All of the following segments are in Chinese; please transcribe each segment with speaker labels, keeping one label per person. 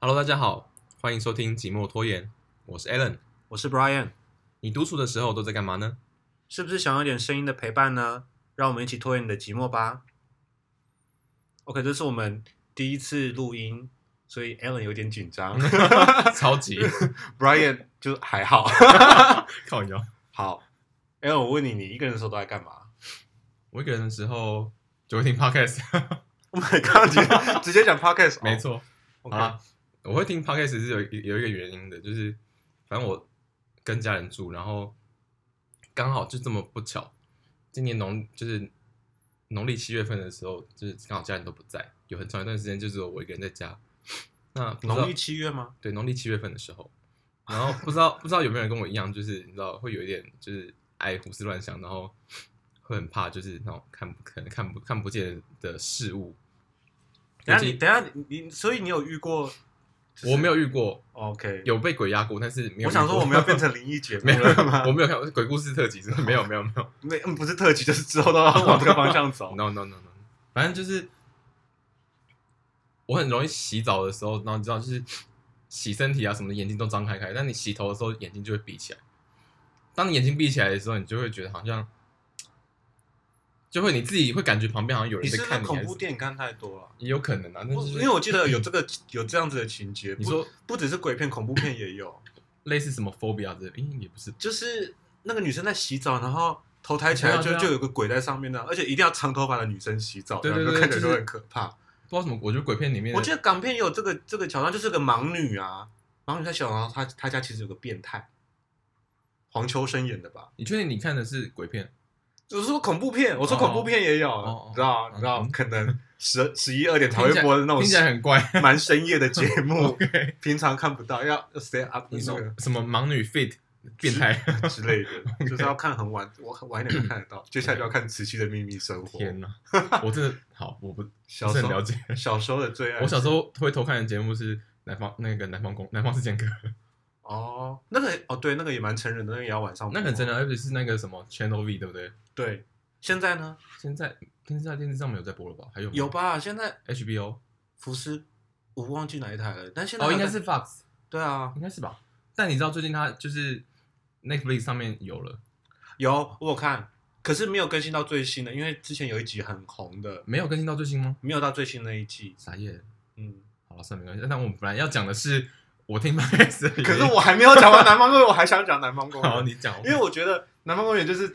Speaker 1: Hello，大家好，欢迎收听《寂寞拖延》，我是 Alan。
Speaker 2: 我是 Brian，
Speaker 1: 你独处的时候都在干嘛呢？
Speaker 2: 是不是想要一点声音的陪伴呢？让我们一起拖延你的寂寞吧。OK，这是我们第一次录音，所以 Alan 有点紧张
Speaker 1: 超级
Speaker 2: ，Brian 就还好。
Speaker 1: 靠腰。
Speaker 2: 好，Alan，我问你，你一个人的时候都在干嘛？
Speaker 1: 我一个人的时候就会听 podcast，
Speaker 2: 我们刚刚直接直接讲 podcast，哦
Speaker 1: 没错。啊
Speaker 2: o
Speaker 1: 好
Speaker 2: k
Speaker 1: 啦，我会听 podcast 是有一有一个原因的，就是反正我跟家人住，然后刚好就这么不巧，今年农就是农历七月份的时候，就是刚好家人都不在，有很长一段时间就只有我一个人在家。那不知道
Speaker 2: 农历七月吗？
Speaker 1: 对，农历七月份的时候，然后不知道不知道有没有人跟我一样，就是你知道会有一点就是爱胡思乱想，然后会很怕就是那种看不可能看不看不见的事物。
Speaker 2: 等一
Speaker 1: 尤
Speaker 2: 下你，
Speaker 1: 其
Speaker 2: 等一下你，你所以你有遇过？就是
Speaker 1: 我没有遇过，
Speaker 2: OK，
Speaker 1: 有被鬼压过，但是没有遇过。
Speaker 2: 我想说我们要变成灵异节 目
Speaker 1: 没有
Speaker 2: 了吗？
Speaker 1: 我没有看过鬼故事特辑，是吗没有没有没有
Speaker 2: 没，嗯不是特辑，就是之后都要往这个方向 走。
Speaker 1: ，no no no no，反正就是我很容易洗澡的时候，然后你知道就是洗身体啊什么的，眼睛都张开开，但你洗头的时候眼睛就会闭起来。当你眼睛闭起来的时候，你就会觉得好像就会你自己会感觉旁边好像有
Speaker 2: 你
Speaker 1: 人
Speaker 2: 是
Speaker 1: 在
Speaker 2: 不
Speaker 1: 看
Speaker 2: 是
Speaker 1: 你，
Speaker 2: 恐
Speaker 1: 还
Speaker 2: 怖
Speaker 1: 是
Speaker 2: 电影看太多了？
Speaker 1: 也有可能啊。但
Speaker 2: 我
Speaker 1: 是
Speaker 2: 因为我记得有这个有这样子的情节，
Speaker 1: 你
Speaker 2: 不
Speaker 1: 说
Speaker 2: 不只是鬼片，恐怖片 也有，
Speaker 1: 类似什么 phobia 之类的，应也不是
Speaker 2: 就是那个女生在洗澡，然后头抬起来
Speaker 1: 对
Speaker 2: 就
Speaker 1: 啊对啊
Speaker 2: 就有个鬼在上面那样，而且一定要长头发的女生洗澡，
Speaker 1: 对
Speaker 2: 然后
Speaker 1: 对
Speaker 2: 就
Speaker 1: 对
Speaker 2: 看起来
Speaker 1: 就
Speaker 2: 就是很可怕。
Speaker 1: 不知道什么。我觉得鬼片里面的
Speaker 2: 我记得港片也有这个这个桥段，就是个盲女啊，盲女在洗澡，然后她她家其实有个变态，黄秋生演的吧？
Speaker 1: 你确定你看的是鬼片？
Speaker 2: 我说恐怖片，我说
Speaker 1: 哦
Speaker 2: 恐怖片也有，
Speaker 1: 哦哦
Speaker 2: 你知道你知道
Speaker 1: 嗯，
Speaker 2: 可能十十一二点才会播的那种
Speaker 1: 听起来很怪。
Speaker 2: 蛮深夜的节目，
Speaker 1: OK，
Speaker 2: 平常看不到，要 stay up
Speaker 1: 你
Speaker 2: 那
Speaker 1: 说
Speaker 2: 个。
Speaker 1: 什么盲女 fit 变态？
Speaker 2: 之类的，就是要看很晚，我很晚一点才看 得到。接下来就要看慈禧的秘密生 活。
Speaker 1: 天哪， 我真的好，我不不
Speaker 2: 小
Speaker 1: 是
Speaker 2: 时
Speaker 1: 很了
Speaker 2: 候，
Speaker 1: 解。
Speaker 2: 小时候的最 爱。
Speaker 1: 我小时候会偷看的节目是南方那个南方公南方四剑客，
Speaker 2: 哦，那个哦，对，那个也蛮成人的，那个也要晚上播。啊
Speaker 1: 那个很真的，啊而且是那个什么 Channel V 对不对？
Speaker 2: 对，现在呢
Speaker 1: 现在电视在电视上没有在播了吧？还有吗
Speaker 2: 有吧？现在
Speaker 1: HBO
Speaker 2: 福斯，我忘记哪一台了，但现在
Speaker 1: 哦，应该
Speaker 2: 还在
Speaker 1: 是 Fox，
Speaker 2: 对啊，
Speaker 1: 应该是吧？但你知道最近它就是 Netflix 上面有了，
Speaker 2: 有我有看，可是没有更新到最新的，因为之前有一集很红的，
Speaker 1: 没有更新到最新吗？
Speaker 2: 没有到最新那一季。
Speaker 1: 傻耶！
Speaker 2: 嗯，
Speaker 1: 好了，算了没关系。但我们本来要讲的是我听 Podcast，的原因
Speaker 2: 可是我还没有讲完南方公园，我还想讲南方公 园。
Speaker 1: 好，你讲，
Speaker 2: 因为我觉得南方公园就是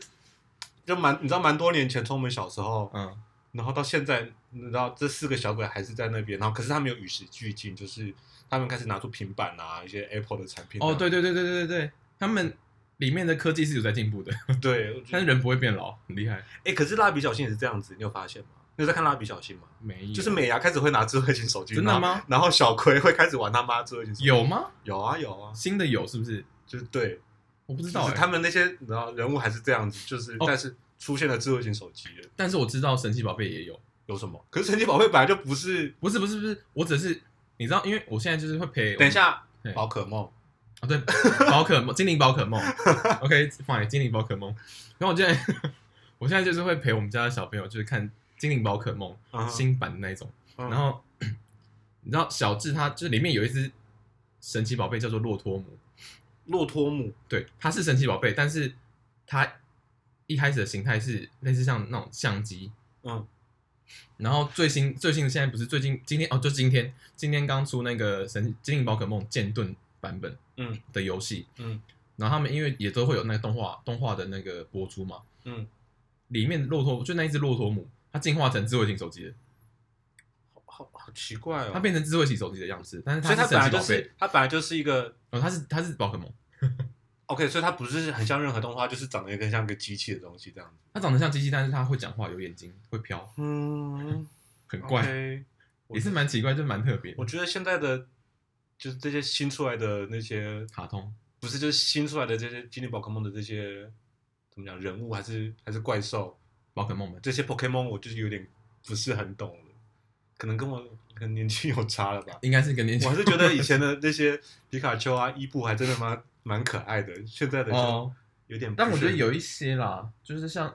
Speaker 2: 就蛮，你知道蛮多年前，从我们小时候，
Speaker 1: 嗯
Speaker 2: 然后到现在，你知道这四个小鬼还是在那边，然后可是他们有与时俱进，就是他们开始拿出平板啊，一些 Apple 的产品啊、
Speaker 1: 哦，对对对对对对对，他们里面的科技是有在进步的，
Speaker 2: 对，我觉
Speaker 1: 但
Speaker 2: 得
Speaker 1: 是人不会变老，很厉害。
Speaker 2: 哎，可是蜡笔小新也是这样子，你有发现吗？你有在看蜡笔小新吗？
Speaker 1: 没有，
Speaker 2: 就是美伢开始会拿智慧型手机，
Speaker 1: 真的？吗？
Speaker 2: 然后小葵会开始玩他妈智慧型手机，
Speaker 1: 有吗？
Speaker 2: 有啊有啊，
Speaker 1: 新的有是不是？
Speaker 2: 就是对，
Speaker 1: 我不知道、
Speaker 2: 就是
Speaker 1: 欸，
Speaker 2: 他们那些你知道人物还是这样子，就是、
Speaker 1: 哦
Speaker 2: 但是出现了智慧型手机了
Speaker 1: 但是我知道神奇宝贝也有，
Speaker 2: 有什么？可是神奇宝贝本来就不是
Speaker 1: 不是不是不是，我只是你知道，因为我现在就是会陪。
Speaker 2: 等一下
Speaker 1: 对，
Speaker 2: 宝可梦
Speaker 1: 啊，对，宝可梦，精灵宝可梦，OK，放精灵宝可梦。然后我现在，我现在就是会陪我们家的小朋友，就是看精灵宝可梦、
Speaker 2: 嗯哼
Speaker 1: 新版的那一种。
Speaker 2: 嗯
Speaker 1: 然后 你知道小智他就是里面有一只神奇宝贝叫做洛托姆，
Speaker 2: 洛托姆，
Speaker 1: 对，它是神奇宝贝，但是它一开始的形态是类似像那种相机，
Speaker 2: 嗯，
Speaker 1: 然后最新最新的现在不是最近今天哦，就今天今天刚出那个神精灵宝可梦剑盾版本，
Speaker 2: 嗯
Speaker 1: 的游戏，
Speaker 2: 嗯，
Speaker 1: 然后他们因为也都会有那个动画动画的那个播出嘛，
Speaker 2: 嗯，
Speaker 1: 里面的骆驼就那一只骆驼母，它进化成智慧型手机了，
Speaker 2: 好好奇怪哦。
Speaker 1: 它变成智慧型手机的样子，但是
Speaker 2: 所以
Speaker 1: 它
Speaker 2: 它
Speaker 1: 是
Speaker 2: 本
Speaker 1: 神
Speaker 2: 来
Speaker 1: 奇
Speaker 2: 就
Speaker 1: 宝贝，
Speaker 2: 是它本来就是一个
Speaker 1: 哦，它是它是宝可梦，
Speaker 2: OK，所以它不是很像任何动画，就是长得更像个机器的东西这样子。
Speaker 1: 它长得像机器，但是它会讲话，有眼睛，会飘，
Speaker 2: 嗯，
Speaker 1: 很怪
Speaker 2: OK，我
Speaker 1: 也是蛮奇怪，就蛮特别的。
Speaker 2: 我觉得现在的就是这些新出来的那些，
Speaker 1: 卡通，
Speaker 2: 不是就是新出来的这些精灵宝可梦的这些怎么讲人物还是还是怪兽
Speaker 1: 宝可梦们，
Speaker 2: 这些 Pokemon，我就是有点不是很懂了，可能跟我可能年纪有差了吧。
Speaker 1: 应该是跟年 轻
Speaker 2: 我还是觉得以前的那些皮卡丘啊、伊布还真的蛮蛮可爱的，现在的就
Speaker 1: 哦，
Speaker 2: 有点不是。
Speaker 1: 但我觉得有一些啦，就是像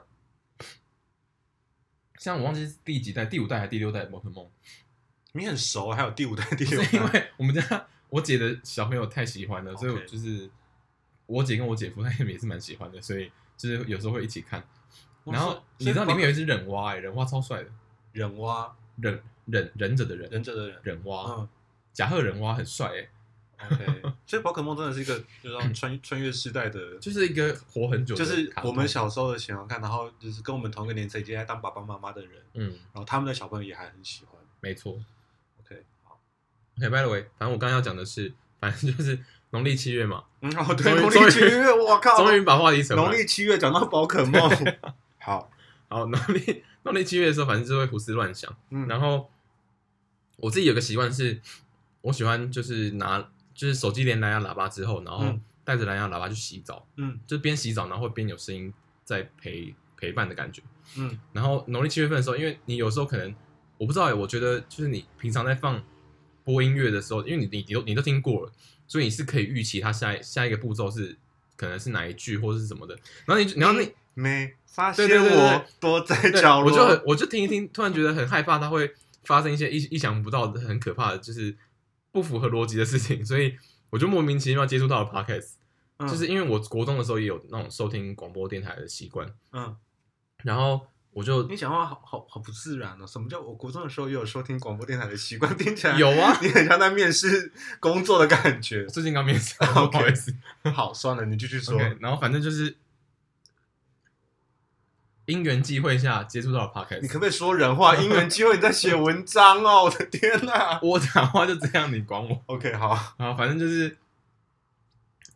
Speaker 1: 像我忘记是第几代，第五代还是第六代的宝可梦，
Speaker 2: 你很熟，还有第五代、第六
Speaker 1: 是因
Speaker 2: 代，
Speaker 1: 为我们家我姐的小朋友太喜欢了，所以我
Speaker 2: OK
Speaker 1: 就是我姐跟我姐夫他们也是蛮喜欢的，所以就是有时候会一起看。然后你知道里面有一只忍蛙、欸，忍蛙超帅的，
Speaker 2: 忍蛙
Speaker 1: 忍忍忍者的忍
Speaker 2: 忍者的忍，
Speaker 1: 忍蛙，
Speaker 2: 嗯
Speaker 1: 甲贺忍蛙很帅哎、欸，
Speaker 2: ，OK，所以宝可梦真的是一个就是要穿穿越世代的，
Speaker 1: 就是一个活很久的
Speaker 2: 就
Speaker 1: 卡通，
Speaker 2: 是我们小时候的喜欢看，然后就是跟我们同一个年层已经在当爸爸妈妈的人，
Speaker 1: 嗯，
Speaker 2: 然后他们的小朋友也还很喜欢。
Speaker 1: 没错。
Speaker 2: OK，好，
Speaker 1: OK，by the way，反正我刚刚要讲的是，反正就是农历七月嘛，
Speaker 2: 嗯，哦，
Speaker 1: 终
Speaker 2: 对，
Speaker 1: 于
Speaker 2: 农
Speaker 1: 终于
Speaker 2: 历七月，我靠，
Speaker 1: 终于把话题扯回来
Speaker 2: 农历七月讲到宝可梦， 好，
Speaker 1: 好，农历农历七月的时候，反正就会胡思乱想。
Speaker 2: 嗯，
Speaker 1: 然后我自己有个习惯是，我喜欢就是拿就是手机连蓝牙喇叭之后，然后
Speaker 2: 嗯
Speaker 1: 带着蓝牙喇叭去洗澡，
Speaker 2: 嗯
Speaker 1: 就是边洗澡然后边有声音在陪陪伴的感觉。
Speaker 2: 嗯
Speaker 1: 然后农历七月份的时候，因为你有时候可能我不知道欸，我觉得就是你平常在放播音乐的时候，因为你你你都你都听过了，所以你是可以预期它下一下一个步骤是可能是哪一句或是什么的。然后你就然后你
Speaker 2: 没发
Speaker 1: 对
Speaker 2: 现
Speaker 1: 对对对
Speaker 2: 我躲在
Speaker 1: 对
Speaker 2: 角落，
Speaker 1: 我就很我就听一听，突然觉得很害怕，它会发生一些意意想不到的、很可怕的，就是不符合逻辑的事情，所以我就莫名其妙接触到了 podcast，、
Speaker 2: 嗯
Speaker 1: 就是因为我国中的时候也有那种收听广播电台的习惯，
Speaker 2: 嗯，
Speaker 1: 然后我就
Speaker 2: 你讲话好好好不自然哦。什么叫我国中的时候也有收听广播电台的习惯？听起来
Speaker 1: 有啊，
Speaker 2: 你很像在面试工作的感觉。
Speaker 1: 最近刚面试，不
Speaker 2: OK
Speaker 1: 好意思
Speaker 2: 好，算了，你继续说。
Speaker 1: ，OK，然后反正就是因缘际会下接触到了
Speaker 2: 你
Speaker 1: podcast，
Speaker 2: 可不可以说人话？英文机会你在写文章哦！ 我的天哪、
Speaker 1: 我讲话就这样，你管我。
Speaker 2: OK，好，
Speaker 1: 然后反正就是，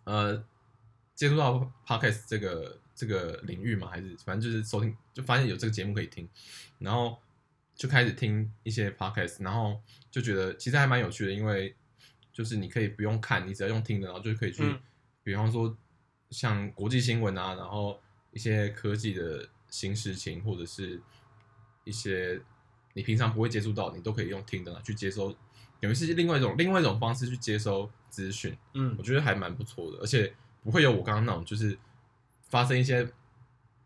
Speaker 1: 呃，接触到 podcast 这个这个领域嘛，还是反正就是收听，就发现有这个节目可以听，然后就开始听一些 podcast，然后就觉得其实还蛮有趣的，因为就是你可以不用看，你只要用听的，然后就可以去，
Speaker 2: 嗯
Speaker 1: 比方说像国际新闻啊，然后一些科技的新事情，或者是一些你平常不会接触到，你都可以用听的去接收，等于是另外一种另外一种方式去接收资讯，
Speaker 2: 嗯
Speaker 1: 我觉得还蛮不错的，而且不会有我刚刚那种就是发生一些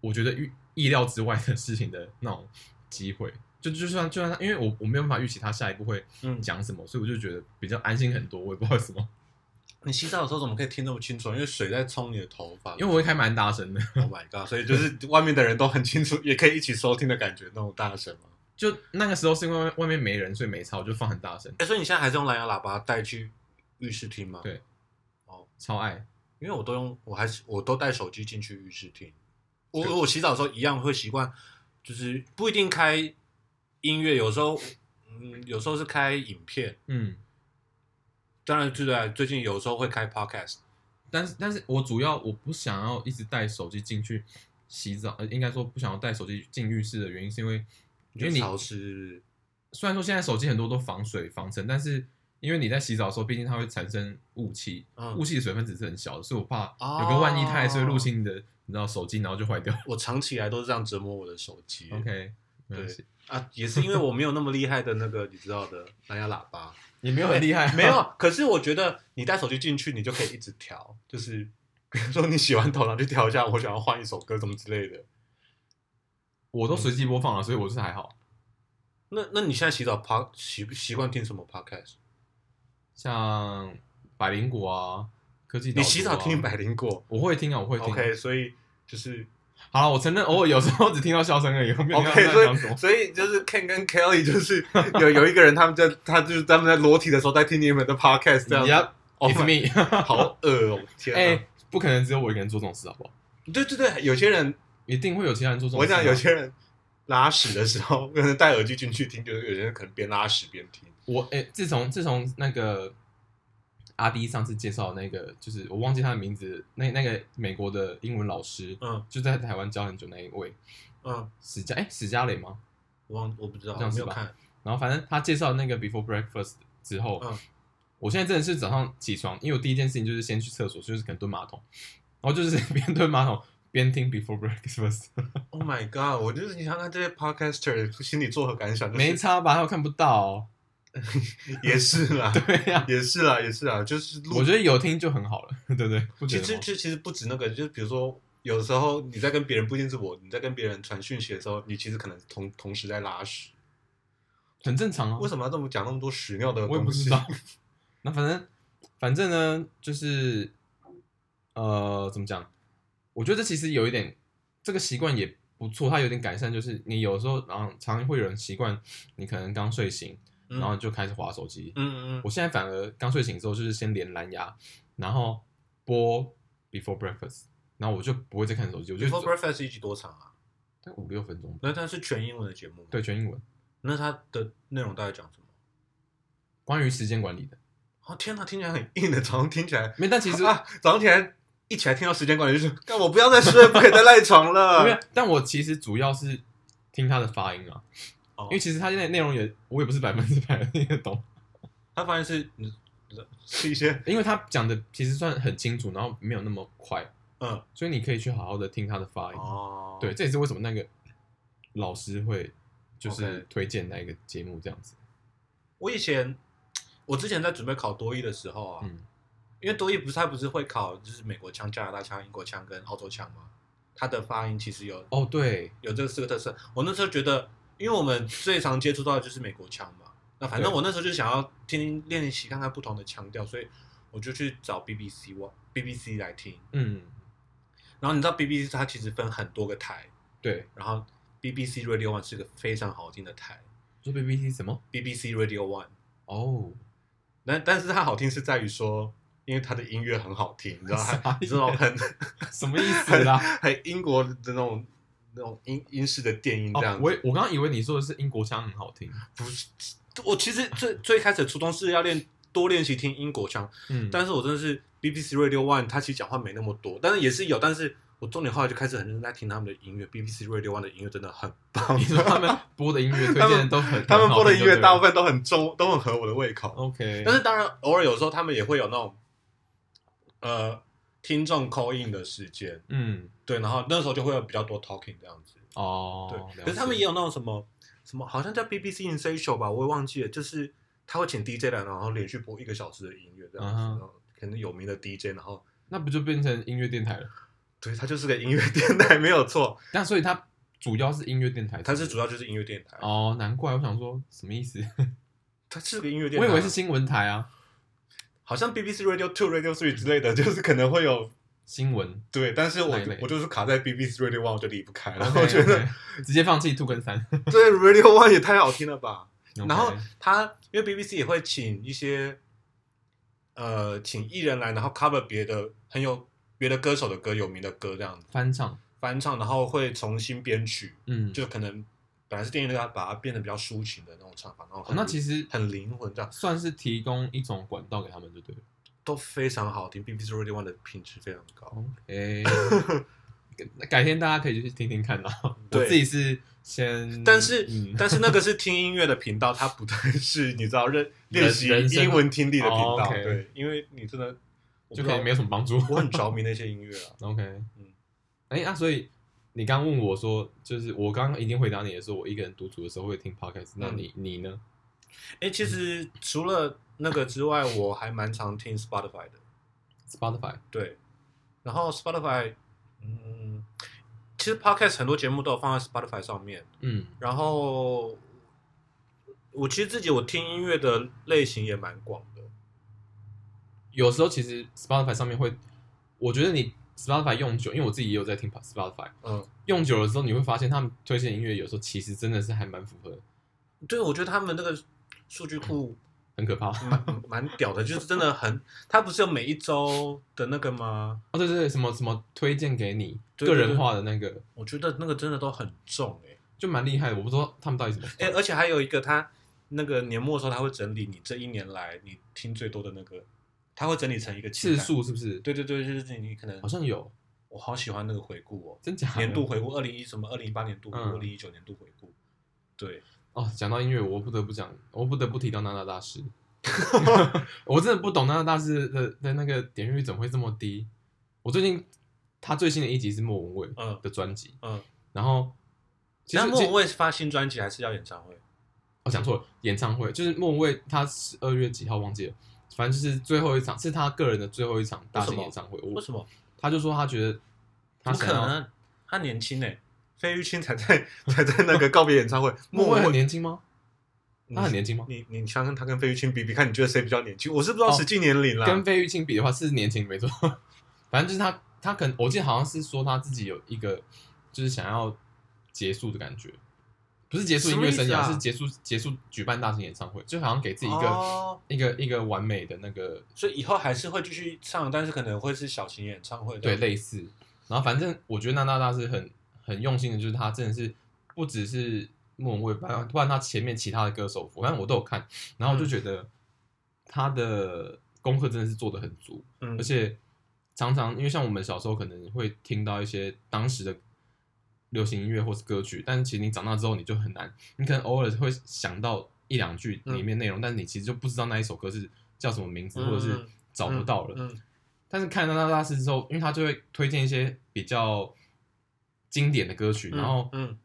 Speaker 1: 我觉得预意料之外的事情的那种机会。就就算就算他，因为我我没有办法预期他下一步会
Speaker 2: 嗯，
Speaker 1: 讲什么，所以我就觉得比较安心很多。我也不知道为什么，
Speaker 2: 你洗澡的时候怎么可以听那么清楚？因为水在冲你的头发。
Speaker 1: 因为我会开蛮大声的，
Speaker 2: Oh my god！所以就是外面的人都很清楚，也可以一起收听的感觉，那种大声嘛。
Speaker 1: 就那个时候是因为外面没人，所以没差，我就放很大声，
Speaker 2: 哎、所以你现在还是用蓝牙喇叭带去浴室听吗？
Speaker 1: 对超爱。
Speaker 2: 因为我都用，我还是我都带手机进去浴室听。
Speaker 1: 对
Speaker 2: 我我洗澡的时候一样会习惯，就是不一定开音乐，有时候嗯，有时候是开影片。
Speaker 1: 嗯，
Speaker 2: 当然，对对，最近有时候会开 podcast。
Speaker 1: 但是但是我主要我不想要一直带手机进去洗澡，呃，应该说不想要带手机进浴室的原因是因为，因为你
Speaker 2: 潮湿，
Speaker 1: 虽然说现在手机很多都防水防尘，但是因为你在洗澡的时候，毕竟它会产生雾气，
Speaker 2: 嗯
Speaker 1: 雾气的水分子是很小的，所以我怕
Speaker 2: 哦
Speaker 1: 有个万一它还是会入侵你的，你知道手机，然后就坏掉了。
Speaker 2: 我长期以来都是这样折磨我的手机。
Speaker 1: OK，没关系，
Speaker 2: 啊，也是因为我没有那么厉害的那个，你知道的蓝牙喇叭。
Speaker 1: 也 没有很厉害、
Speaker 2: 没， 有，可是我觉得你带手机进去，你就可以一直调，就是比如说你洗完头，然后就调一下，我想要换一首歌，什么之类的。
Speaker 1: 我都随机播放了，所以我是还好。
Speaker 2: 那那你现在洗澡 p 习习惯听什么 podcast？
Speaker 1: 像百灵果啊，科技、啊
Speaker 2: 你洗澡啊听，百灵果
Speaker 1: 我会听啊，我会听。
Speaker 2: ？OK，所以就是
Speaker 1: 好了，我承认偶尔有时候只听到笑声而已，我没有听到
Speaker 2: OK，
Speaker 1: 他
Speaker 2: 所
Speaker 1: 在讲什
Speaker 2: 哦以
Speaker 1: 么。
Speaker 2: 所以就是 Ken 跟 Kelly 就是有有一个人，他们在他就是他们在裸体的时候在听你们的 podcast，这样子。Oh
Speaker 1: Yep，it's
Speaker 2: my-
Speaker 1: me。
Speaker 2: 好恶哦！天
Speaker 1: 哎、
Speaker 2: 啊！
Speaker 1: 不可能只有我一个人做这种事，好不好？
Speaker 2: 对对对，有些人
Speaker 1: 一定会有其他人做这种
Speaker 2: 我
Speaker 1: 事啊、
Speaker 2: 想有些人拉屎的时候，可能戴耳机进去听，就是有些人可能边拉屎边听。
Speaker 1: 我诶、自从自从那个阿 D 上次介绍的那个，就是我忘记他的名字，那那个美国的英文老师，
Speaker 2: 嗯
Speaker 1: 就在台湾教很久那一位
Speaker 2: 嗯，
Speaker 1: 史嘉诶、哎史嘉蕾吗？
Speaker 2: 我忘我不知道，
Speaker 1: 这样
Speaker 2: 我没
Speaker 1: 是
Speaker 2: 有
Speaker 1: 吧
Speaker 2: 看。
Speaker 1: 然后反正他介绍那个 Before Breakfast 之后，
Speaker 2: 嗯
Speaker 1: 我现在真的是早上起床，因为我第一件事情就是先去厕所，就是可能蹲马桶，然后就是 边蹲马桶边听 Before Breakfast，
Speaker 2: Oh my god！我就是你想看这些 podcaster 心里作何感想？
Speaker 1: 没
Speaker 2: 就是
Speaker 1: 差吧？他又看不到、哦，
Speaker 2: 也是 啦，
Speaker 1: 对呀、
Speaker 2: 也是啦，也是啦，就是录。
Speaker 1: 我觉得有听就很好了，对不对？不觉
Speaker 2: 其
Speaker 1: 得
Speaker 2: 实
Speaker 1: 吗
Speaker 2: 其其实不止那个，就是比如说。有时候你在跟别人，不一定是我，你在跟别人传讯息的时候，你其实可能同同时在拉屎，
Speaker 1: 很正常啊。
Speaker 2: 为什么要这么讲那么多屎尿的
Speaker 1: 我也不
Speaker 2: 东西
Speaker 1: 知？道。 那反正反正呢，就是呃，怎么讲？我觉得这其实有一点，这个习惯也不错，它有点改善。就是你有时候，然后常会有人习惯，你可能刚睡醒，
Speaker 2: 嗯
Speaker 1: 然后就开始划手机。
Speaker 2: 嗯嗯嗯，
Speaker 1: 我现在反而刚睡醒之后，就是先连蓝牙，然后播 Before Breakfast，然后我就不会再看手机，我就
Speaker 2: Before Breakfast 一集多长啊？
Speaker 1: 大概五六分钟吧，
Speaker 2: 那它是全英文的节目吗？
Speaker 1: 对，全英文，
Speaker 2: 那它的内容大概讲什么？
Speaker 1: 关于时间管理的。
Speaker 2: 哦天哪，听起来很硬的，早上听起来
Speaker 1: 没，但 其实
Speaker 2: 啊，早上起来一起来听到时间管理就是，干我不要再睡，不可以再赖 床
Speaker 1: 因为
Speaker 2: 了。
Speaker 1: 但我其实主要是听他的发音啊，
Speaker 2: 哦
Speaker 1: 因为其实他内内容也我也不是百分之百 地听得懂，
Speaker 2: 他发现是你是一些
Speaker 1: 因为他讲的其实算很清楚，然后没有那么快，
Speaker 2: 嗯
Speaker 1: 所以你可以去好好的听他的发音。
Speaker 2: 哦
Speaker 1: 对，，这也是为什么那个老师会就是
Speaker 2: OK
Speaker 1: 推荐那一个节目这样子。
Speaker 2: 我以前我之前在准备考多一的时候啊，
Speaker 1: 嗯，
Speaker 2: 因为多一不是他不是会考就是美国腔、加拿大腔、英国腔跟澳洲腔吗？它的发音其实有
Speaker 1: 哦对，
Speaker 2: 有这四个特色。我那时候觉得，因为我们最常接触到的就是美国腔嘛，那反正
Speaker 1: 对
Speaker 2: 我那时候就想要听听练习看看不同的腔调，所以我就去找 BBC 我 BBC 来听。
Speaker 1: 嗯，
Speaker 2: 然后你知道 BBC 它其实分很多个台，
Speaker 1: 对，
Speaker 2: 然后 BBC Radio One 是个非常好听的台
Speaker 1: 说 BBC 什么？
Speaker 2: ，BBC Radio One，
Speaker 1: 哦，
Speaker 2: 那但是它好听是在于说，因为它的音乐很好听，你知道
Speaker 1: 傻
Speaker 2: 它
Speaker 1: 眼
Speaker 2: 这种很
Speaker 1: 什么意思啦？
Speaker 2: 很英国的那种那种英英式的电音这
Speaker 1: 哦，
Speaker 2: 样子。
Speaker 1: 我我刚刚以为你说的是英国腔很好听，
Speaker 2: 不是，我其实最最开始的初衷是要练多练习听英国腔，
Speaker 1: 嗯，
Speaker 2: 但是我真的是 BBC Radio One，它其实讲话没那么多，但是也是有，但是我重点后来就开始很认真在听他们的音乐，BBC Radio One 的音乐真的很棒
Speaker 1: 你，说他们播的音乐推荐都很，
Speaker 2: 他们播的音乐大部
Speaker 1: 分
Speaker 2: 分都很重，都很合我的胃口，
Speaker 1: OK，
Speaker 2: 嗯但是当然偶尔有时候他们也会有那种呃听众 call in 的时间，
Speaker 1: 嗯。
Speaker 2: 对，然后那时候就会有比较多 talking 这样子。
Speaker 1: 哦，
Speaker 2: 对，可是他们也
Speaker 1: 有
Speaker 2: 有那种什么什么，好像叫 BBC In s a t i o 吧，我也忘记了，就是他会请 DJ 来，然后连续播一个小时的音乐这样子，
Speaker 1: 嗯哼
Speaker 2: 然后可能有名的 DJ，然后
Speaker 1: 那不就变成音乐电台了？
Speaker 2: 对他就是个音乐电台，没有错，
Speaker 1: 那所以它主要是音乐电台，
Speaker 2: 他是主要就是音乐电台，
Speaker 1: 哦，难怪我想说什么意思？
Speaker 2: 他是个音乐电
Speaker 1: 我
Speaker 2: 台
Speaker 1: 以
Speaker 2: 啊，
Speaker 1: 为是新闻台啊，
Speaker 2: 好像 BBC Radio Two、Radio Three 之类的，就是可能会有
Speaker 1: 新闻。
Speaker 2: 对，但是我
Speaker 1: 哪一类
Speaker 2: 我就是卡在 BBC Radio One 我就离不开，然
Speaker 1: OK，
Speaker 2: 后我觉得
Speaker 1: OK，直接放弃 two 跟三，
Speaker 2: 对 Radio One 也太好听了吧。
Speaker 1: OK
Speaker 2: 然后他因为 BBC 也会请一些呃请艺人来，然后 cover 别的很有别的歌手的歌，有名的歌这样子
Speaker 1: 翻唱，
Speaker 2: 翻唱，然后会重新编曲，
Speaker 1: 嗯，
Speaker 2: 就可能本来是电音的，把它变得比较抒情的那种唱法，然后
Speaker 1: 哦
Speaker 2: 很、
Speaker 1: 那其实
Speaker 2: 很灵魂这样，
Speaker 1: 算是提供一种管道给他们就对了。
Speaker 2: 都非常好听。BBC Radio One 的品质非常高，
Speaker 1: OK，改改天大家可以去听听看啦。
Speaker 2: 对
Speaker 1: 我自己是先，
Speaker 2: 但是、
Speaker 1: 嗯
Speaker 2: 但是那个是听音乐的频道，它不太是你知道认练习
Speaker 1: 人生
Speaker 2: 英文听力的频
Speaker 1: 哦
Speaker 2: 道，
Speaker 1: ，OK
Speaker 2: 对，因为你真的
Speaker 1: 就可以没有
Speaker 2: 有，
Speaker 1: 什么帮助。
Speaker 2: 我很着迷那些音乐啊。
Speaker 1: OK，嗯，哎、那、所以你刚问我说，就是我刚刚已经回答你的说，我一个人独处的时候会听 podcast，那
Speaker 2: 嗯
Speaker 1: 你、你呢？
Speaker 2: 哎、其实除了那个之外，我还蛮常听 Spotify 的。
Speaker 1: Spotify，
Speaker 2: 对，然后 Spotify，嗯，其实 Podcast 很多节目都有放在 Spotify 上面。
Speaker 1: 嗯
Speaker 2: 然后我其实自己我听音乐的类型也蛮广的。
Speaker 1: 有时候其实 Spotify 上面会，我觉得你 Spotify 用久，因为我自己也有在听 Spotify，
Speaker 2: 嗯，
Speaker 1: 用久了之后你会发现他们推荐音乐有时候其实真的是还蛮符合，
Speaker 2: 对，我觉得他们那个数据库
Speaker 1: 很可怕。
Speaker 2: 蛮蛮屌的，就是真的很，它不是有每一周的那个吗？
Speaker 1: 哦，对对对，什么什么推荐给你
Speaker 2: 对对
Speaker 1: 个
Speaker 2: 对
Speaker 1: 人化的那个，
Speaker 2: 我觉得那个真的都很重哎、
Speaker 1: 就蛮厉害的。我不知道他们到底怎么
Speaker 2: 哎、
Speaker 1: 算，
Speaker 2: 而且还有一个，他那个年末的时候，他会整理你这一年来你听最多的那个，他会整理成一个
Speaker 1: 次
Speaker 2: 清单。
Speaker 1: 数是不是？，
Speaker 2: 对对对，就是你可能
Speaker 1: 好像有，
Speaker 2: 我好喜欢那个回 顾哦，
Speaker 1: 真假的
Speaker 2: 年度回顾，二零一什么二零一八年度回顾，
Speaker 1: 嗯
Speaker 2: 二零一九年度回顾，对，
Speaker 1: 哦，讲到音乐，我不得不讲，我不得不提到娜娜大 师。我真的不懂娜娜大师的的那个点阅率怎么会这么低。我最近他最新的一集是莫文蔚
Speaker 2: 嗯
Speaker 1: 的专辑，
Speaker 2: 嗯。
Speaker 1: 然后其
Speaker 2: 那
Speaker 1: 实
Speaker 2: 莫文
Speaker 1: 我
Speaker 2: 蔚是发新专辑还是要演唱会？
Speaker 1: 哦讲错了，演唱会就是莫文蔚他十二月几号忘记了，反正就是最后一场是他个人的最后一场大型
Speaker 2: 为什么
Speaker 1: 演唱会。
Speaker 2: 为
Speaker 1: 我
Speaker 2: 什么？
Speaker 1: 他就说他觉得他啊
Speaker 2: 不
Speaker 1: 想
Speaker 2: 可
Speaker 1: 要
Speaker 2: 能，他欸年轻哎，费玉清才在才在那个告别演唱会，
Speaker 1: 莫
Speaker 2: 莫
Speaker 1: 文蔚很
Speaker 2: 文蔚嗯
Speaker 1: 年轻吗？
Speaker 2: 你
Speaker 1: 他很年轻吗？
Speaker 2: 你你想跟他跟费玉清比比看，你觉得谁比较年轻？我是不知道
Speaker 1: 哦
Speaker 2: 实际年龄啦。
Speaker 1: 跟费玉清比的话是年轻没错，反正就是他，他可能我记得好像是说他自己有一个就是想要结束的感觉，不是结束音乐生
Speaker 2: 什么意思
Speaker 1: 涯，
Speaker 2: 啊
Speaker 1: 是结束结束举办大型演唱会，就好像给自己一个、
Speaker 2: 哦
Speaker 1: 一个一个完美的那个
Speaker 2: 所以以后还是会继续唱，但是可能会是小型演唱会。
Speaker 1: 对
Speaker 2: 吧，
Speaker 1: 类似。然后反正我觉得娜娜大是很很用心的，就是她真的是不只是莫文蔚，不然不然她前面其他的歌手，反正我都有看，然后我就
Speaker 2: 嗯
Speaker 1: 觉得她的功课真的是做的很足，
Speaker 2: 嗯
Speaker 1: 而，且常常因为像我们小时候可能会听到一些当时的流行音乐或是歌曲，但是其实你长大之后你就很难，你可能偶尔会想到一两句里面内容，但是你其实就不知道那一首歌是叫什么名字，
Speaker 2: 嗯
Speaker 1: 或者是找不到了。
Speaker 2: 嗯嗯
Speaker 1: 但是看到那大师之后，因为他就会推荐一些比较经典的歌曲，
Speaker 2: 嗯
Speaker 1: 然后
Speaker 2: 嗯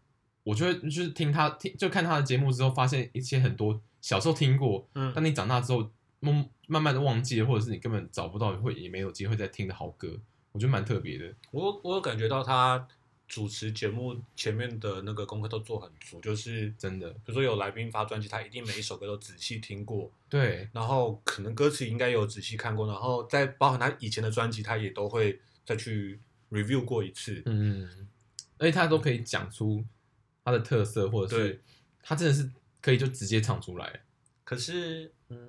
Speaker 1: 我就会就是听他听就看他的节目之后，发现一些很多小时候听过，
Speaker 2: 嗯，
Speaker 1: 但你长大之后，慢慢慢的忘记了，或者是你根本找不到，会也没有机会再听的好歌，我觉得蛮特别的。
Speaker 2: 我我有感觉到他主持节目前面的那个功课都做很足，就是
Speaker 1: 真的
Speaker 2: 比如说有来宾发专辑，他一定每一首歌都仔细听过，
Speaker 1: 对，
Speaker 2: 然后可能歌词应该有仔细看过，然后再包含他以前的专辑，他也都会再去 review 过一次。
Speaker 1: 嗯，而且他都可以讲出他的特色，或者是
Speaker 2: 对
Speaker 1: 他真的是可以就直接唱出来，
Speaker 2: 可是，嗯，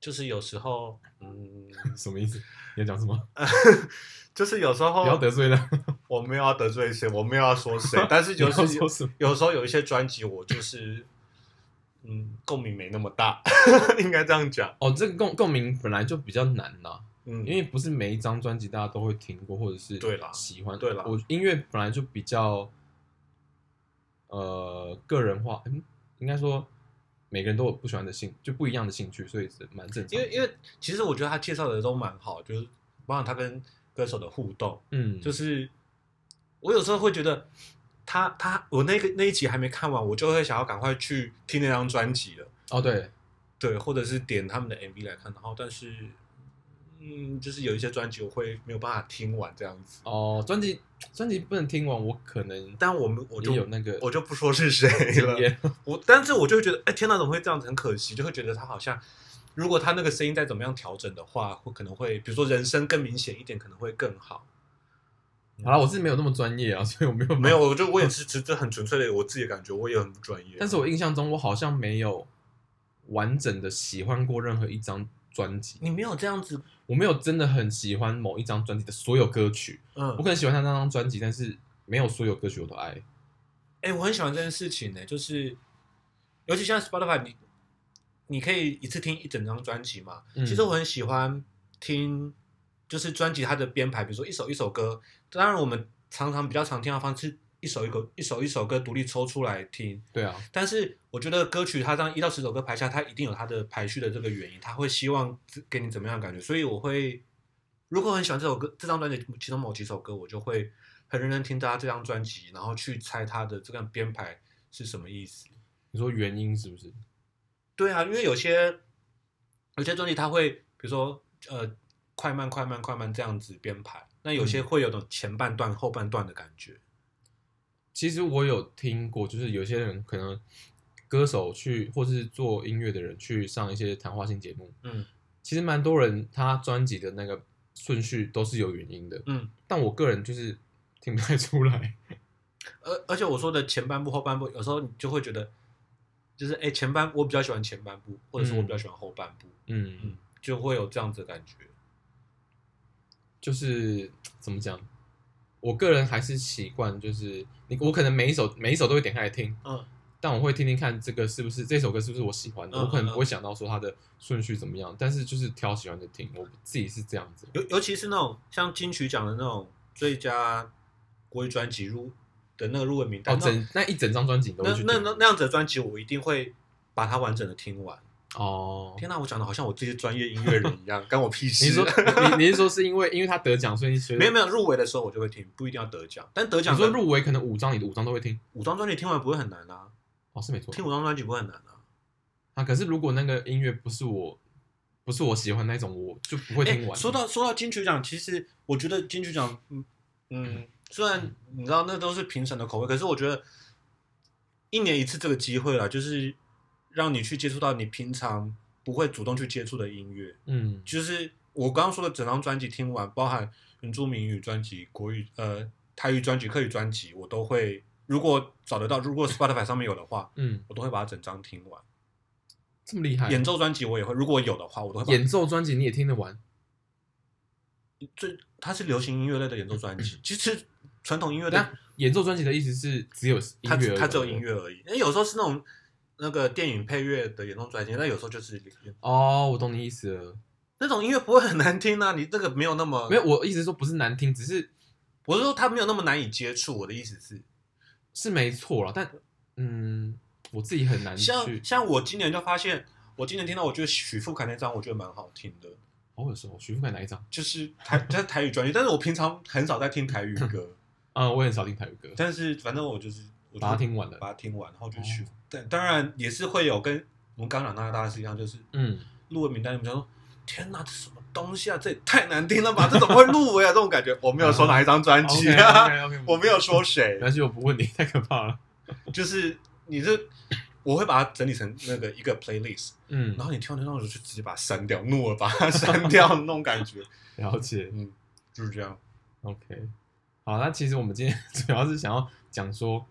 Speaker 2: 就是有时候，嗯，
Speaker 1: 什么意思？你要讲什么？
Speaker 2: 就是有时
Speaker 1: 不要
Speaker 2: 候
Speaker 1: 得罪了，
Speaker 2: 我没有要得罪谁，我没有要说 谁，但是
Speaker 1: 你要
Speaker 2: 就是
Speaker 1: 说什么？
Speaker 2: 有时候有一些专辑，我就是嗯共鸣没那么大， 应该这样讲。
Speaker 1: 哦，这个共共鸣本来就比较难啦，
Speaker 2: 嗯，
Speaker 1: 因为不是每一张专辑大家都会听过，或者是
Speaker 2: 对啦
Speaker 1: 喜欢。
Speaker 2: 对啦
Speaker 1: 我音乐本来就比较呃个人化，嗯，应该说每个人都有不喜欢的兴，就不一样的兴趣，所以是蛮正常
Speaker 2: 因
Speaker 1: 的。
Speaker 2: 为因为其实我觉得他介绍的都蛮好，就是包含他跟歌手的互动，
Speaker 1: 嗯，
Speaker 2: 就是是我有时候会觉得他他我那个那一集还没看完，我就会想要赶快去听那张专辑了，
Speaker 1: 哦对，
Speaker 2: 对，或者是点他们的 MV 来看，然后但是嗯，就是有一些专辑我会没有办法听完这样子，
Speaker 1: 哦专辑专辑不能听完，我可能
Speaker 2: 但我们我就
Speaker 1: 也有那个
Speaker 2: 我就不说是谁了
Speaker 1: 经。验。
Speaker 2: 我，但是我就会觉得，哎、天哪，怎么会这样子？很可惜，就会觉得他好像，如果他那个声音再怎么样调整的话，会可能会，比如说人声更明显一点，可能会更好。嗯
Speaker 1: 好了，我是没有那么专业啊，所以我没有嗯
Speaker 2: 没有，，我就我也是，只这很纯粹的我自己的感觉，我也很不专业。嗯
Speaker 1: 但是我印象中我好像没有完整的喜欢过任何一张专辑，
Speaker 2: 你没有这样子，
Speaker 1: 我没有真的很喜欢某一张专辑的所有歌曲。
Speaker 2: 嗯
Speaker 1: 我，可能喜欢他那张专辑，但是没有所有歌曲我都爱。
Speaker 2: 哎、我很喜欢这件事情呢、就是，尤其像 Spotify，你你可以一次听一整张专辑嘛。
Speaker 1: 嗯
Speaker 2: 其实我很喜欢听，就是专辑它的编排，比如说一首一首歌。当然，我们常常比较常听到的方式是一首一个一首一首歌独立抽出来听。
Speaker 1: 对啊，
Speaker 2: 但是我觉得歌曲它这样一到十首歌排下，它一定有它的排序的这个原因，它会希望给你怎么样的感觉。所以我会，如果很喜欢这首歌，这张专辑其中某几首歌，我就会很认真听大家这张专辑，然后去猜它的这个编排是什么意思。
Speaker 1: 你说原因是不是？
Speaker 2: 对啊，因为有些有些专辑它会，比如说呃快慢快慢快慢这样子编排，那有些
Speaker 1: 嗯
Speaker 2: 会有种前半段后半段的感觉。
Speaker 1: 其实我有听过，就是有些人可能歌手去，或是做音乐的人去上一些谈话性节目，
Speaker 2: 嗯
Speaker 1: 其实蛮多人他专辑的那个顺序都是有原因的，
Speaker 2: 嗯，
Speaker 1: 但我个人就是听不太出来。
Speaker 2: 而而且我说的前半部后半部，有时候你就会觉得，就是哎、诶前半我比较喜欢前半部，或者是我比较喜欢后半部，
Speaker 1: 嗯，
Speaker 2: 嗯，就会有这样子的感觉。
Speaker 1: 就是怎么讲，我个人还是习惯，就是你我可能每一首每一首都会点开来听，
Speaker 2: 嗯
Speaker 1: 但我会听听看这个是不是这首歌是不是我喜欢的，
Speaker 2: 嗯
Speaker 1: 我可能
Speaker 2: 嗯
Speaker 1: 不会想到说它的顺序怎么样，但是就是挑喜欢的听，我自己是这样子。
Speaker 2: 尤尤其是那种像金曲奖的那种最佳国语专辑入的那个入围名单，
Speaker 1: 哦，整那一整张专辑你都
Speaker 2: 那
Speaker 1: 会去
Speaker 2: 种
Speaker 1: 听
Speaker 2: 那那那那样子的专辑，我一定会把它完整的听完。
Speaker 1: 哦，
Speaker 2: 天哪、我讲的好像我自己是专业音乐人一样，干 我屁事。
Speaker 1: 你说你你是说是因为因为他得奖，所以你觉得
Speaker 2: 没有没有入围的时候我就会听，不一定要得奖，但得奖
Speaker 1: 你说
Speaker 2: 的
Speaker 1: 入围可能五张，你的五张都会听
Speaker 2: 五张专辑听完不会很难啊，
Speaker 1: 哦，是没错
Speaker 2: 听五张专辑不会很难啊。
Speaker 1: 啊。可是如果那个音乐不是我不是我喜欢那种，我就不会听
Speaker 2: 欸
Speaker 1: 完。
Speaker 2: 说到说到金曲奖，其实我觉得金曲奖，嗯嗯，虽然你知道那都是评审的口味，可是我觉得一年一次这个机会啦，就是让你去接触到你平常不会主动去接触的音乐。
Speaker 1: 嗯
Speaker 2: 就是我刚刚说的整张专辑听完，包含原住民语专辑、国语呃台语专辑、客语专辑，我都会如果找得到，如果 Spotify 上面有的话，
Speaker 1: 嗯，
Speaker 2: 我都会把它整张听完。
Speaker 1: 这么厉害，
Speaker 2: 演奏专辑我也会，如果有的话，我都会把
Speaker 1: 演奏专辑你也听得完？
Speaker 2: 最它是流行音乐类的演奏 专辑，其实传统音乐的
Speaker 1: 那演奏专辑的意思是只有音
Speaker 2: 它
Speaker 1: 乐而已，
Speaker 2: 它只有音乐而已。因为有时候是那种那个电影配乐的演奏专辑，但有时候就是
Speaker 1: 哦，我懂你意思了。
Speaker 2: 那种音乐不会很难听啊，你这个没有那么
Speaker 1: 没有，，我意思是说不是难听，只是
Speaker 2: 我是说它没有那么难以接触。我的意思是，
Speaker 1: 是没错了，但嗯，我自己很难去。
Speaker 2: 像像我今年就发现，我今年听到我觉得许富凯那张我觉得蛮好听的，
Speaker 1: 哦，有时候徐福凯哪一张？
Speaker 2: 就是 台它是台语专辑，但是我平常很少在听台语歌，
Speaker 1: 嗯，我也很少听台语歌，
Speaker 2: 但是反正我就是我就
Speaker 1: 把它听完了。
Speaker 2: 把它听完，然后就
Speaker 1: 哦
Speaker 2: 去。但当然也是会有跟我们刚刚讲那大家是一样，就是
Speaker 1: 嗯，
Speaker 2: 入围名单里面说。天哪，这什么东西啊！这也太难听了吧！这怎么会入 围啊？这种感觉，我没有说哪一张专辑啊
Speaker 1: OK，OK，OK，
Speaker 2: 我没有说谁
Speaker 1: 没，关系，我不问你，太可怕了。
Speaker 2: 就是你这，我会把它整理成那个一个 playlist，
Speaker 1: 嗯
Speaker 2: 然，后你听完那首就直接把它删掉，怒 了把它删掉那种感觉，
Speaker 1: 了解。
Speaker 2: 嗯，就是这样。
Speaker 1: OK，好，那其实我们今天主要是想要讲说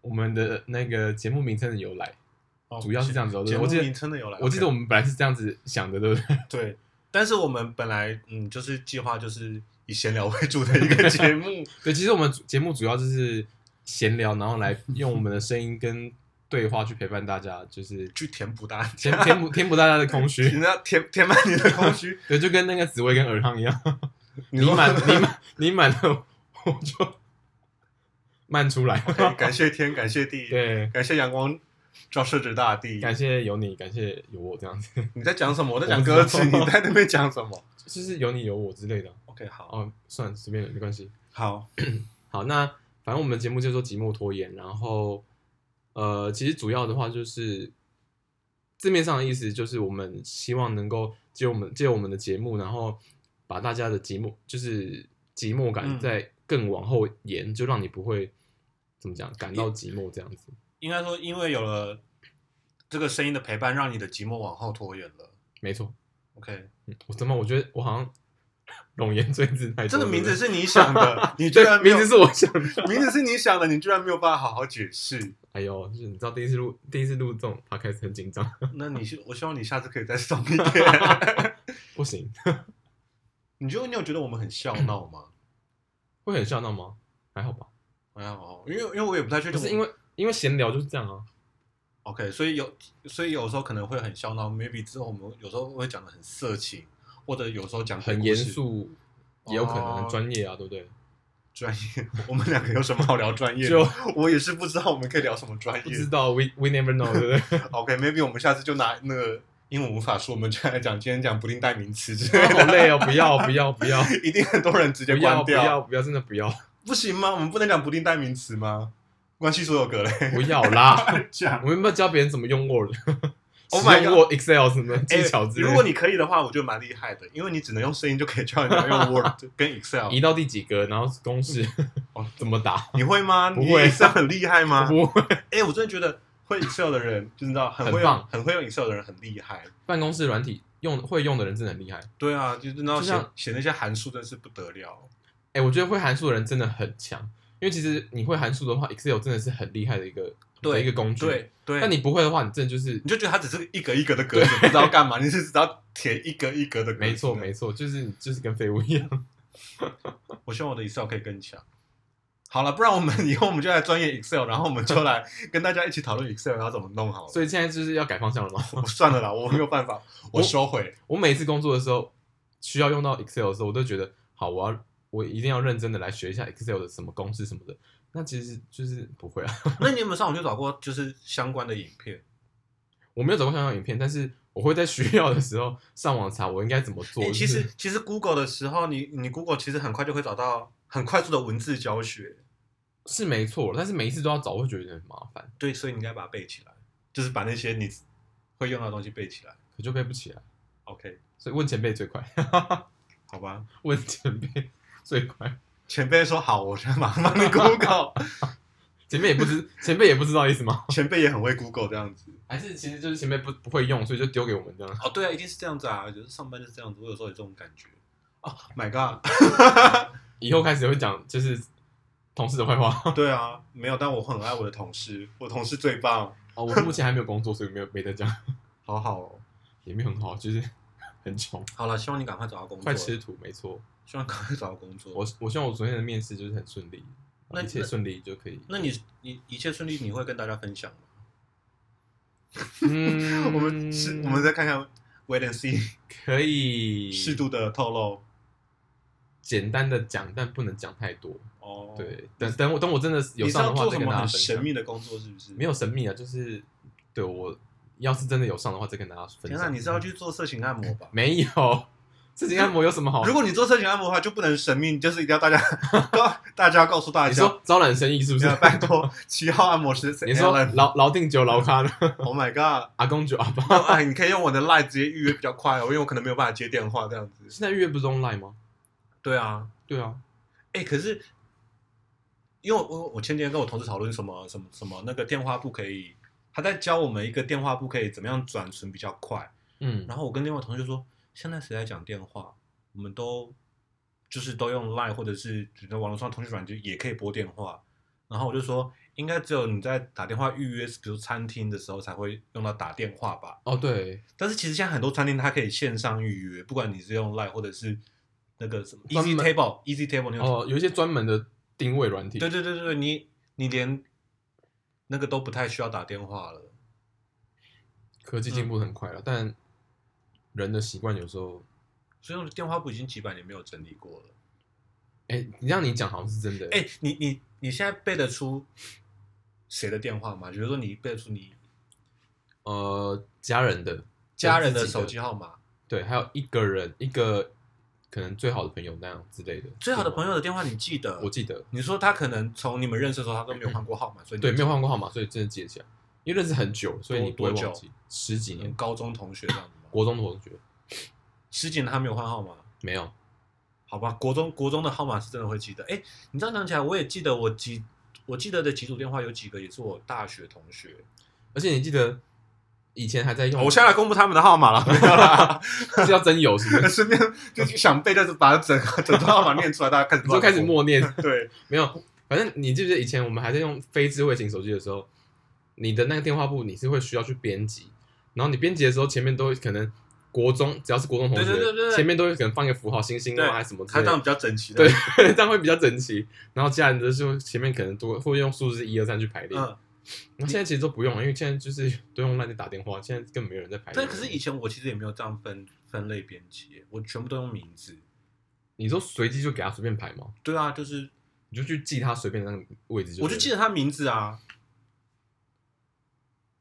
Speaker 1: 我们的那个节目名称的由来，
Speaker 2: 哦
Speaker 1: 主要是这样子哦。对
Speaker 2: 节
Speaker 1: 不对我
Speaker 2: 目
Speaker 1: 记
Speaker 2: 名
Speaker 1: 得，
Speaker 2: 称的由来，
Speaker 1: 我记得我们本来是这样子想的，对不对？
Speaker 2: OK 对，但是我们本来嗯就是计划就是以闲聊为主的一个节目，
Speaker 1: 对，其实我们主节目主要就是闲聊，然后来用我们的声音跟对话去陪伴大家，就是
Speaker 2: 去填补大
Speaker 1: 填
Speaker 2: 家，
Speaker 1: 填补填补大家的空虚。
Speaker 2: 你要填填满你的空 虚，
Speaker 1: 对，就跟那个紫薇跟尔康一样，你
Speaker 2: 说
Speaker 1: 满你满你满了，我就漫出来。
Speaker 2: OK，感谢天，感谢 地，
Speaker 1: 对，
Speaker 2: 感谢阳光照射着大地。
Speaker 1: 感谢有你，感谢有我这样子，
Speaker 2: 你在讲什么？我在
Speaker 1: 我
Speaker 2: 讲
Speaker 1: 不知
Speaker 2: 歌词，
Speaker 1: 道
Speaker 2: 你在那边讲什么
Speaker 1: 就是有你有我之类的。
Speaker 2: ？OK，好，
Speaker 1: 哦，算了，随便没关系。
Speaker 2: 好，
Speaker 1: 好，那反正我们的节目叫做《寂寞拖延》，然后呃，其实主要的话就是字面上的意思，就是我们希望能够借我们借我们的节目，然后把大家的寂寞就是寂寞感
Speaker 2: 嗯
Speaker 1: 再更往后延，就让你不会怎么讲感到寂寞这样子。
Speaker 2: 应该说，因为有了这个声音的陪伴，让你的寂寞往后拖延了。
Speaker 1: 没错，
Speaker 2: OK，
Speaker 1: 嗯，我怎么我觉得我好像 冗言赘字 太多
Speaker 2: 这
Speaker 1: 了，
Speaker 2: 个名字
Speaker 1: 对
Speaker 2: 是你想的，你
Speaker 1: 不
Speaker 2: 居
Speaker 1: 对
Speaker 2: 然
Speaker 1: 对
Speaker 2: 没有
Speaker 1: 名字是我想的。
Speaker 2: 名字是你想的，你居然没有办法好好解 释。
Speaker 1: 哎呦，就是你知道第一次录第一次录这种 podcast 很紧张，
Speaker 2: 那你希我希望你下次可以再松一 点。
Speaker 1: 不行，
Speaker 2: 你觉得你有觉得我们很笑闹吗？
Speaker 1: 会很笑闹吗？还好吧。
Speaker 2: 还好，因为因为我也不太确
Speaker 1: 不
Speaker 2: 定我，
Speaker 1: 是因为因为闲聊就是这样啊，
Speaker 2: OK，所以有所以有时候可能会很笑闹，maybe 之后我们有时候会讲的很色情，或者有时候讲
Speaker 1: 很
Speaker 2: 鬼
Speaker 1: 严
Speaker 2: 故事
Speaker 1: 肃，也有可能很专业啊，对不对？
Speaker 2: 专业。我们两个有什么好聊专业的？
Speaker 1: 就
Speaker 2: 我也是不知道我们可以聊什么专
Speaker 1: 不
Speaker 2: 业
Speaker 1: 知。道，we we never know，对 不
Speaker 2: OK，maybe、我们下次就拿那个英文无法说，我们就来讲今天讲不定代 名词之
Speaker 1: 对？
Speaker 2: 类
Speaker 1: 好
Speaker 2: 的，
Speaker 1: 累哦，不要不要不要
Speaker 2: 一定很多人直接
Speaker 1: 不要不
Speaker 2: 关掉。
Speaker 1: 要不要，真的不要
Speaker 2: 不行吗？我们不能讲不定代名词吗？关系所有格 嘞，
Speaker 1: 不要啦！
Speaker 2: 讲
Speaker 1: 我。们有没有教别人怎么用 Word？
Speaker 2: Oh
Speaker 1: 使
Speaker 2: my
Speaker 1: 用 Word、Excel 什么技巧之类
Speaker 2: 欸如果
Speaker 1: 的？
Speaker 2: 你可以的话，我觉得蛮厉害的，因为你只能用声音就可以叫人 家用 Word 跟 Excel。
Speaker 1: 移到第几格，然后公式
Speaker 2: 哦
Speaker 1: 怎么打？
Speaker 2: 你会吗？
Speaker 1: 不
Speaker 2: 你
Speaker 1: 会
Speaker 2: Excel 很厉害 吗？
Speaker 1: 不会，
Speaker 2: 哎、我真的觉得会 Excel 的人，就知道很会
Speaker 1: 很
Speaker 2: 用
Speaker 1: 棒
Speaker 2: 很会用 Excel 的人很厉害。
Speaker 1: 办公室软体用会用的人真的很厉害。
Speaker 2: 对啊，就是那
Speaker 1: 就
Speaker 2: 写
Speaker 1: 像
Speaker 2: 写那些函数真是不得了。
Speaker 1: 哎，我觉得会函数的人真的很强，因为其实你会函数的话，Excel 真的是很厉害的一个
Speaker 2: 对
Speaker 1: 的一个工具。，
Speaker 2: 对对，
Speaker 1: 但你不会的话，你真的就是
Speaker 2: 你就觉得它只是一格一格的 格子，不知道干嘛，你是只要填一格一格的格子。
Speaker 1: 没错，没错，就是就是跟废物一样。
Speaker 2: 我希望我的 Excel 可以更强。好了，不然我们以后我们就来专业 Excel，然后我们就来跟大家一起讨论 Excel 要怎么弄好了。
Speaker 1: 所以现在就是要改方向了吗？
Speaker 2: 我算了啦，我没有办法， 我
Speaker 1: 我
Speaker 2: 收回。
Speaker 1: 我每次工作的时候需要用到 Excel 的时候，我都觉得好，我要我一定要认真的来学一下 Excel 的什么公式什么的。那其实就是不会啊，
Speaker 2: 那你有没有上网去找过就是相关的影片？
Speaker 1: 我没有找过相关影片，但是我会在需要的时候上网查我应该怎么做。
Speaker 2: 欸其
Speaker 1: 就是
Speaker 2: 实其实 Google 的时候，你你 Google 其实很快就会找到很快速的文字教学。
Speaker 1: 是没错，但是每一次都要找，会觉得有点麻烦，
Speaker 2: 对，所以你应该把它背起来，就是把那些你会用到的东西背起来。
Speaker 1: 可就背不起来。
Speaker 2: OK，
Speaker 1: 所以问前辈最快，
Speaker 2: 好吧。
Speaker 1: 问前辈最快。
Speaker 2: 前辈说好，我先马上帮你 Google。
Speaker 1: 前辈也不知前辈也不知道意思吗？
Speaker 3: 前辈也很会 Google 这样子，
Speaker 1: 还是其实就是前辈不不会用，所以就丢给我们这样。
Speaker 2: 哦，对啊，一定是这样子啊，就是上班就是这样子，我有时候有这种感觉。哦、oh,，My God！
Speaker 1: 以后开始会讲就是同事的坏 话。
Speaker 3: 对啊，没有，但我很爱我的同事，我同事最棒，
Speaker 1: 哦，我目前还没有工作，所以没有没得讲，
Speaker 3: 好好哦。
Speaker 1: 也没有很好，就是 很穷，
Speaker 2: 好了，希望你赶快找到工作，
Speaker 1: 快吃土，没错。
Speaker 2: 希望赶快找到工作。
Speaker 1: 我我希望我昨天的面试就是很顺利，
Speaker 2: 那
Speaker 1: 一切顺利就可以。
Speaker 2: 那你你一切顺利，你会跟大家分享吗？
Speaker 1: 嗯，
Speaker 3: 我们是，我们再看看 wait and see，
Speaker 1: 可以
Speaker 3: 适度的透露
Speaker 1: 简单的讲，但不能讲太多。
Speaker 3: 哦。，
Speaker 1: 对，等等我等我真的有
Speaker 3: 你是
Speaker 1: 上
Speaker 3: 要
Speaker 1: 的话
Speaker 3: 做什
Speaker 1: 再跟
Speaker 3: 么
Speaker 1: 大家
Speaker 3: 很
Speaker 1: 分享
Speaker 3: 神。秘的工作是不是？
Speaker 1: 没有神秘啊，就是对我要是真的有上的话再跟大家分
Speaker 2: 天哪，
Speaker 1: 享。
Speaker 2: 你是要去做色情按摩吧？
Speaker 1: 没有？自己按摩有什么好？
Speaker 3: 如果你做色情按摩的话，就不能神秘，就是一定要大家 告大家告诉大
Speaker 1: 你
Speaker 3: 家，
Speaker 1: 说招揽生意是不是
Speaker 3: 要？拜托七号按摩师
Speaker 1: 你说
Speaker 3: Alan
Speaker 1: 老老定九老咖呢？
Speaker 3: Oh my god！
Speaker 1: 哎 阿公九阿爸，
Speaker 3: 哎，你可以用我的 line 直接预约比较快哦，因为我可能没有办法接电话这样子。
Speaker 1: 现在预约不是 online 吗？
Speaker 2: 对啊，
Speaker 1: 对啊，
Speaker 2: 哎、可是因为我我我前几天跟我同事讨论什么什么什么那个电话簿可以，他在教我们一个电话簿可以怎么样转存比较快。
Speaker 1: 嗯，
Speaker 2: 然后我跟另外同事说，现在谁在讲电话？我们都就是都用 Line 或者是只能网络上通讯软件也可以拨电话。然后我就说，应该只有你在打电话预约，比如餐厅的时候才会用到打电话吧。
Speaker 1: 哦对，
Speaker 2: 但是其实现在很多餐厅它可以线上预约，不管你是用 Line 或者是那个什么
Speaker 1: 专
Speaker 2: Easy
Speaker 1: 门
Speaker 2: Table、Easy Table 那种。
Speaker 1: 哦有一些专门的定位软体，
Speaker 2: 对对对对，对你你连那个都不太需要打电话了。
Speaker 1: 科技进步得很
Speaker 2: 嗯
Speaker 1: 快了，但人的习惯有时候，
Speaker 2: 所以用电话簿已经几百年没有整理过了。
Speaker 1: 哎，你让你讲好像是真的，
Speaker 2: 哎，你你你现在背得出谁的电话吗？比如说你背得出你
Speaker 1: 呃，家人的
Speaker 2: 家人的
Speaker 1: 自己
Speaker 2: 手机号码，
Speaker 1: 对，还有一个人一个可能最好的朋友那样之类的，
Speaker 2: 最好的朋
Speaker 1: 友
Speaker 2: 友的电话你记得？
Speaker 1: 我记得，
Speaker 2: 你说他可能从你们认识的时候他都没有换过号码，所以你
Speaker 1: 对，没有
Speaker 2: 记
Speaker 1: 换过号码，所以真的记得起来，因为认识很久，所以你不会忘
Speaker 2: 多多久
Speaker 1: 记，十几
Speaker 2: 得
Speaker 1: 年，
Speaker 2: 高中同学这样子吗？
Speaker 1: 国中的同学
Speaker 2: 十几年他没有换号码。
Speaker 1: 没有，
Speaker 2: 好吧，国中国中的号码是真的会记得。哎，你这样讲起来，我也记得我几我记得的几组电话有几个也是我大学同学。
Speaker 1: 而且你记得以前还在用，
Speaker 3: 哦我现在来公布他们的号 码了，没有 啦，
Speaker 1: 是要真有是不是？
Speaker 3: 顺便就是想背，就是把整个整段号码念出来，大家开始
Speaker 1: 你就开始
Speaker 3: 摸。
Speaker 1: 默念，
Speaker 3: 对，
Speaker 1: 没有，反正你记不记得以前我们还在用非智慧型手机的时候，你的那个电话簿你是会需要去编辑，然后你编辑的时候前面都会可能国中只要是国中同学，
Speaker 2: 对对对对对
Speaker 1: 前面都会可能放一个符号星星
Speaker 2: 对
Speaker 1: 啊还是什么之
Speaker 3: 他
Speaker 1: 类
Speaker 3: 这样
Speaker 1: 的，
Speaker 3: 比较整齐的。
Speaker 1: 对，这样会比较整齐。然后家人的时候前面可能多会用数字一二三去排列，
Speaker 2: 嗯，
Speaker 1: 然后现在其实都不用了，因为现在就是都用烂在打电话，现在根本没有人在排列。
Speaker 2: 对，可是以前我其实也没有这样分分类编辑，我全部都用名字。
Speaker 1: 你说随机就给他随便排吗？
Speaker 2: 对啊，就是
Speaker 1: 你就去记他随便的那个位置就对了，
Speaker 2: 我就记得他名字啊。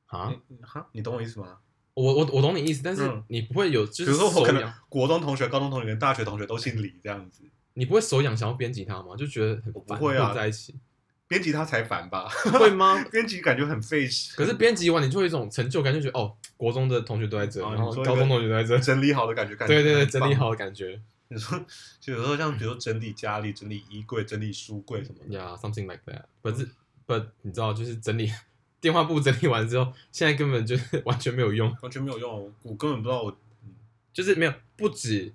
Speaker 1: 啊，
Speaker 3: 嗯
Speaker 2: 你哈，你懂我意思吗？
Speaker 1: 我我我懂你意思，但是
Speaker 2: 嗯
Speaker 1: 你不会有，
Speaker 3: 比
Speaker 1: 就是
Speaker 3: 如说我可
Speaker 1: 手痒
Speaker 3: 能国中同学、高中同学跟大学同学都姓李这样子，
Speaker 1: 你不会手痒想要编辑它吗？就觉得很
Speaker 3: 我不
Speaker 1: 烦，
Speaker 3: 会啊
Speaker 1: 混在 一起
Speaker 3: 编辑他才烦吧？
Speaker 1: 会吗？
Speaker 3: 编辑感觉很费事。
Speaker 1: 可是编辑完，你就会有一种成就感，就觉得哦，国中的同学都在这，
Speaker 3: 哦
Speaker 1: 然后
Speaker 3: 你说一个
Speaker 1: 高中同学都在这，
Speaker 3: 整理好的感觉，感觉
Speaker 1: 对对对，
Speaker 3: 很棒
Speaker 1: 整理。好的感觉
Speaker 3: 你说，就有时候像比如说整理家里、整理衣柜、整理书柜什么的，
Speaker 1: 呀、yeah,，something like that。不是，不，你知道，就是整理电话簿整理完之后，现在根本就是完全没有用，
Speaker 2: 完全没有用哦。
Speaker 3: 我根本不知道我
Speaker 1: 就是没有，不止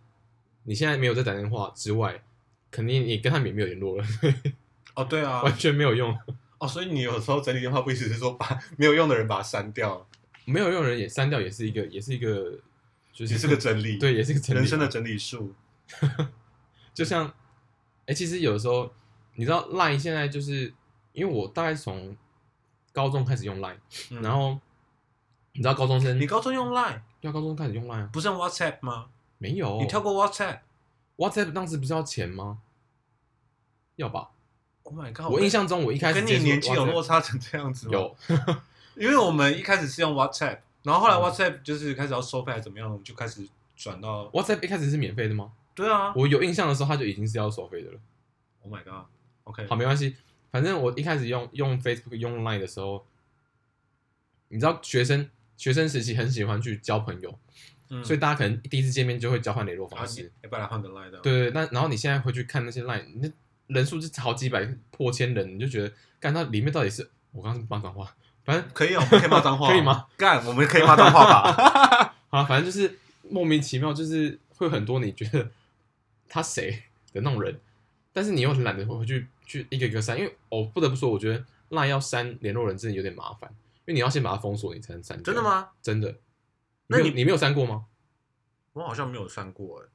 Speaker 1: 你现在没有在打电话之外，肯定你跟他们也没有联络了，
Speaker 2: 哦，对啊，
Speaker 1: 完全没有用，
Speaker 3: 哦，所以你有时候整理电话不意思是说把 没有用的人把它删掉，
Speaker 1: 没有用的人也删掉，也是一个，也是一个，就
Speaker 3: 也
Speaker 1: 是
Speaker 3: 是个整理，，
Speaker 1: 对，也是一个整理
Speaker 3: 人生的
Speaker 1: 嘛
Speaker 3: 整理术。
Speaker 1: 就像，哎、其实有时候你知道 Line 现在就是因为我大概从高中开始用 Line，、
Speaker 2: 嗯
Speaker 1: 然后你知道高中生
Speaker 2: 你高中用 Line
Speaker 1: 要高中开始用 Line 啊？
Speaker 2: 不是用 WhatsApp 吗？
Speaker 1: 没有，
Speaker 2: 你跳过 WhatsApp？Oh
Speaker 1: WhatsApp 当时不是要钱吗？要吧？
Speaker 2: my god！
Speaker 1: 我印象中我一开始
Speaker 2: 哦跟你
Speaker 1: 接触
Speaker 2: 年纪有
Speaker 1: WhatsApp-
Speaker 2: 落差成这样子吗？，
Speaker 1: 有，
Speaker 2: 因为我们一开始是用 WhatsApp，然后后来
Speaker 1: 嗯
Speaker 2: WhatsApp 就是开始要收费还是怎么样，我们就开始转到
Speaker 1: WhatsApp 一开始是免费的吗？
Speaker 2: 对啊。
Speaker 1: 我有印象的时候，它就已经是要收费的了。
Speaker 2: Oh my god！OK，
Speaker 1: 好，没关系，反正我一开始用用 Facebook 用 Line 的时候，你知道学生学生时期很喜欢去交朋友，
Speaker 2: 嗯
Speaker 1: 所以大家可能第一次见面就会交换联络
Speaker 2: 然
Speaker 1: 方
Speaker 2: 后你
Speaker 1: 式。
Speaker 2: 要不要来换个 Line 的？
Speaker 1: 对对，对那然后你现在回去看那些 Line，那人数是好几百、破千人，你就觉得，干那里面到底是我刚刚骂脏话，反正
Speaker 2: 可以啊，我们可以骂脏话，
Speaker 1: 可以吗？
Speaker 2: 干，我们可以骂脏 话吧？
Speaker 1: 啊，反正就是莫名其妙，就是会有很多你觉得他谁的那种人，但是你又很懒得回去去一个一个删，因为我不得不说，我觉得那要删联络人真的有点麻烦，因为你要先把它封锁，你才能删。
Speaker 2: 真的？吗？
Speaker 1: 真的。
Speaker 2: 那
Speaker 1: 你没
Speaker 2: 你
Speaker 1: 有你没有删过吗？
Speaker 2: 我好像没有删过哎，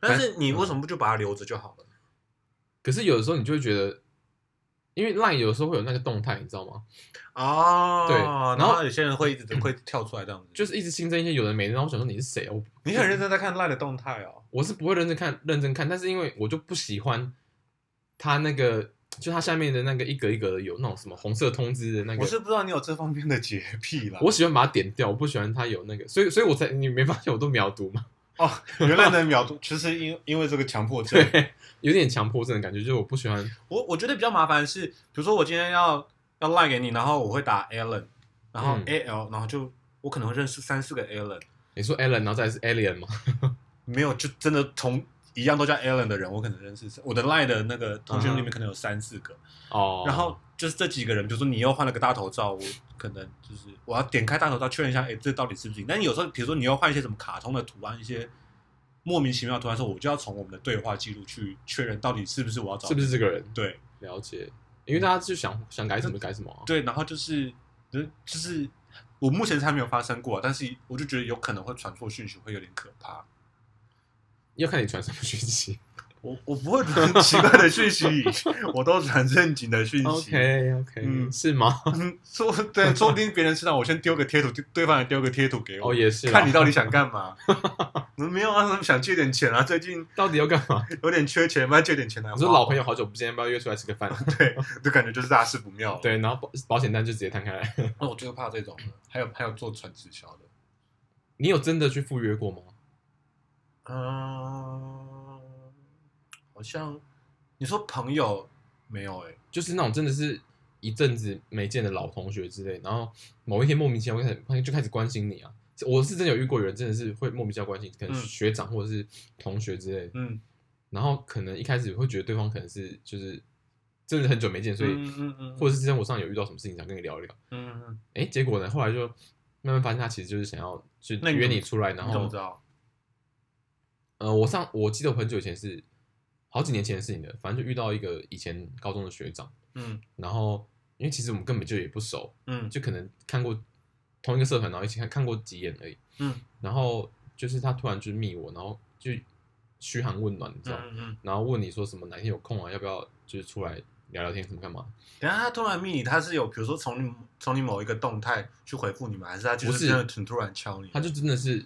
Speaker 2: 但是你为什么不就把它留着就好了？
Speaker 1: 可是有的时候你就会觉得，因为 LINE 有的时候会有那个动态，你知道吗？
Speaker 2: 哦，
Speaker 1: 对
Speaker 2: 然
Speaker 1: 然后
Speaker 2: 有些人会一直会跳出来这样子，
Speaker 1: 就是一直新增一些有的没的，然后我想说你是谁？啊我
Speaker 3: 你很认真在看赖的动态哦。
Speaker 1: 我是不会认真看认真看，但是因为我就不喜欢它那个，就它下面的那个一格一格的有那种什么红色通知的那个，
Speaker 3: 我是不知道你有这方面的洁癖啦。
Speaker 1: 我喜欢把它点掉，我不喜欢它有那个，所以所以我才你没发现我都秒读吗？
Speaker 3: 哦，原来能秒读， 其实因因为这个强迫症，
Speaker 1: 对，有点强迫症的感觉，就是我不喜欢
Speaker 2: 我我觉得比较麻烦的是，比如说我今天要要赖给你，然后我会打 Alan，然后
Speaker 1: 嗯
Speaker 2: A L，、然后就我可能会认识三四个 Alan，
Speaker 1: 你说 Alan，然后再来是 Alien 嘛，
Speaker 3: 没有就真的同一样都叫 Alan 的人，我可能认识我的赖的那个同学
Speaker 1: 嗯
Speaker 3: 里面可能有三四个，
Speaker 1: 哦，
Speaker 3: 然后
Speaker 2: 就是这几个人，比如说你又换了个大头照，我可能就是我要点开大头照确认一下，哎，这到底是不是你？但你有时候比如说你要换一些什么卡通的图案，一些莫名其妙的图案的时候，我就要从我们的对话记录去确认到底是不是我要找
Speaker 1: 是不是这个人？
Speaker 3: 对。
Speaker 1: 了解，因为大家就想想改什么改什么、啊，
Speaker 3: 对，然后就是，就是就是我目前是还没有发生过啊，但是我就觉得有可能会传错讯息，会有点可怕。
Speaker 1: 要看你传什么 讯息。
Speaker 3: 我我不会传奇怪的讯息，我都传正经的讯息。
Speaker 1: OK OK，、
Speaker 3: 嗯
Speaker 1: 是吗？
Speaker 3: 嗯，说对，说不定别人知道，我先丢个贴图，对对方也丢个贴图给我，
Speaker 1: 哦，也是啦，
Speaker 3: 看你到底想干嘛。 嗯没有啊，他们想借点钱啊，最近
Speaker 1: 到底要干嘛？
Speaker 3: 有点缺钱，不然借点钱来花。
Speaker 1: 我说老朋友好久不见，要不要约出来吃 个饭？
Speaker 3: 就感觉就是大事不妙了。，
Speaker 1: 对，然后保保险单就直接摊开来。
Speaker 2: 那我最怕这种的。
Speaker 3: 还有还有做传直销的，
Speaker 1: 你有真的去赴约过吗？
Speaker 3: 呃
Speaker 2: 嗯，好像你说朋友没有
Speaker 3: 欸
Speaker 2: 哎、
Speaker 1: 就是那种真的是一阵子没见的老同学之类，然后某一天莫名其妙开始发现就开始关心你啊。我是真的有遇过有人真的是会莫名其妙关心，可
Speaker 3: 嗯
Speaker 1: 能学长或者是同学之类，
Speaker 3: 嗯，
Speaker 1: 然后可能一开始会觉得对方可能是就是真的很久没见，所以、
Speaker 3: 嗯嗯嗯，
Speaker 1: 或者是生活上有遇到什么事情想跟你聊一聊，
Speaker 3: 嗯嗯嗯，
Speaker 1: 哎，结果呢后来就慢慢发现他其实就是想要去
Speaker 3: 那你
Speaker 1: 约
Speaker 3: 怎么
Speaker 1: 你出来，然
Speaker 3: 你怎么
Speaker 1: 后
Speaker 3: 知道？
Speaker 1: 呃，我上我记得我很久以前是好几年前的事情的，反正就遇到一个以前高中的学长，
Speaker 3: 嗯
Speaker 1: 然后因为其实我们根本就也不熟，
Speaker 3: 嗯
Speaker 1: 就可能看过同一个社团，然后一起看看过几眼而已。
Speaker 3: 嗯
Speaker 1: 然后就是他突然就密我，然后就嘘寒问暖，你知道，
Speaker 3: 嗯嗯。
Speaker 1: 然后问你说什么哪天有空啊，要不要就是出来聊聊天，什么干嘛？
Speaker 2: 等一下他突然密你，他是有比如说从你从你某一个动态去回复你吗？还是他就
Speaker 1: 不是
Speaker 2: 是真的很突然敲你？
Speaker 1: 他就真的是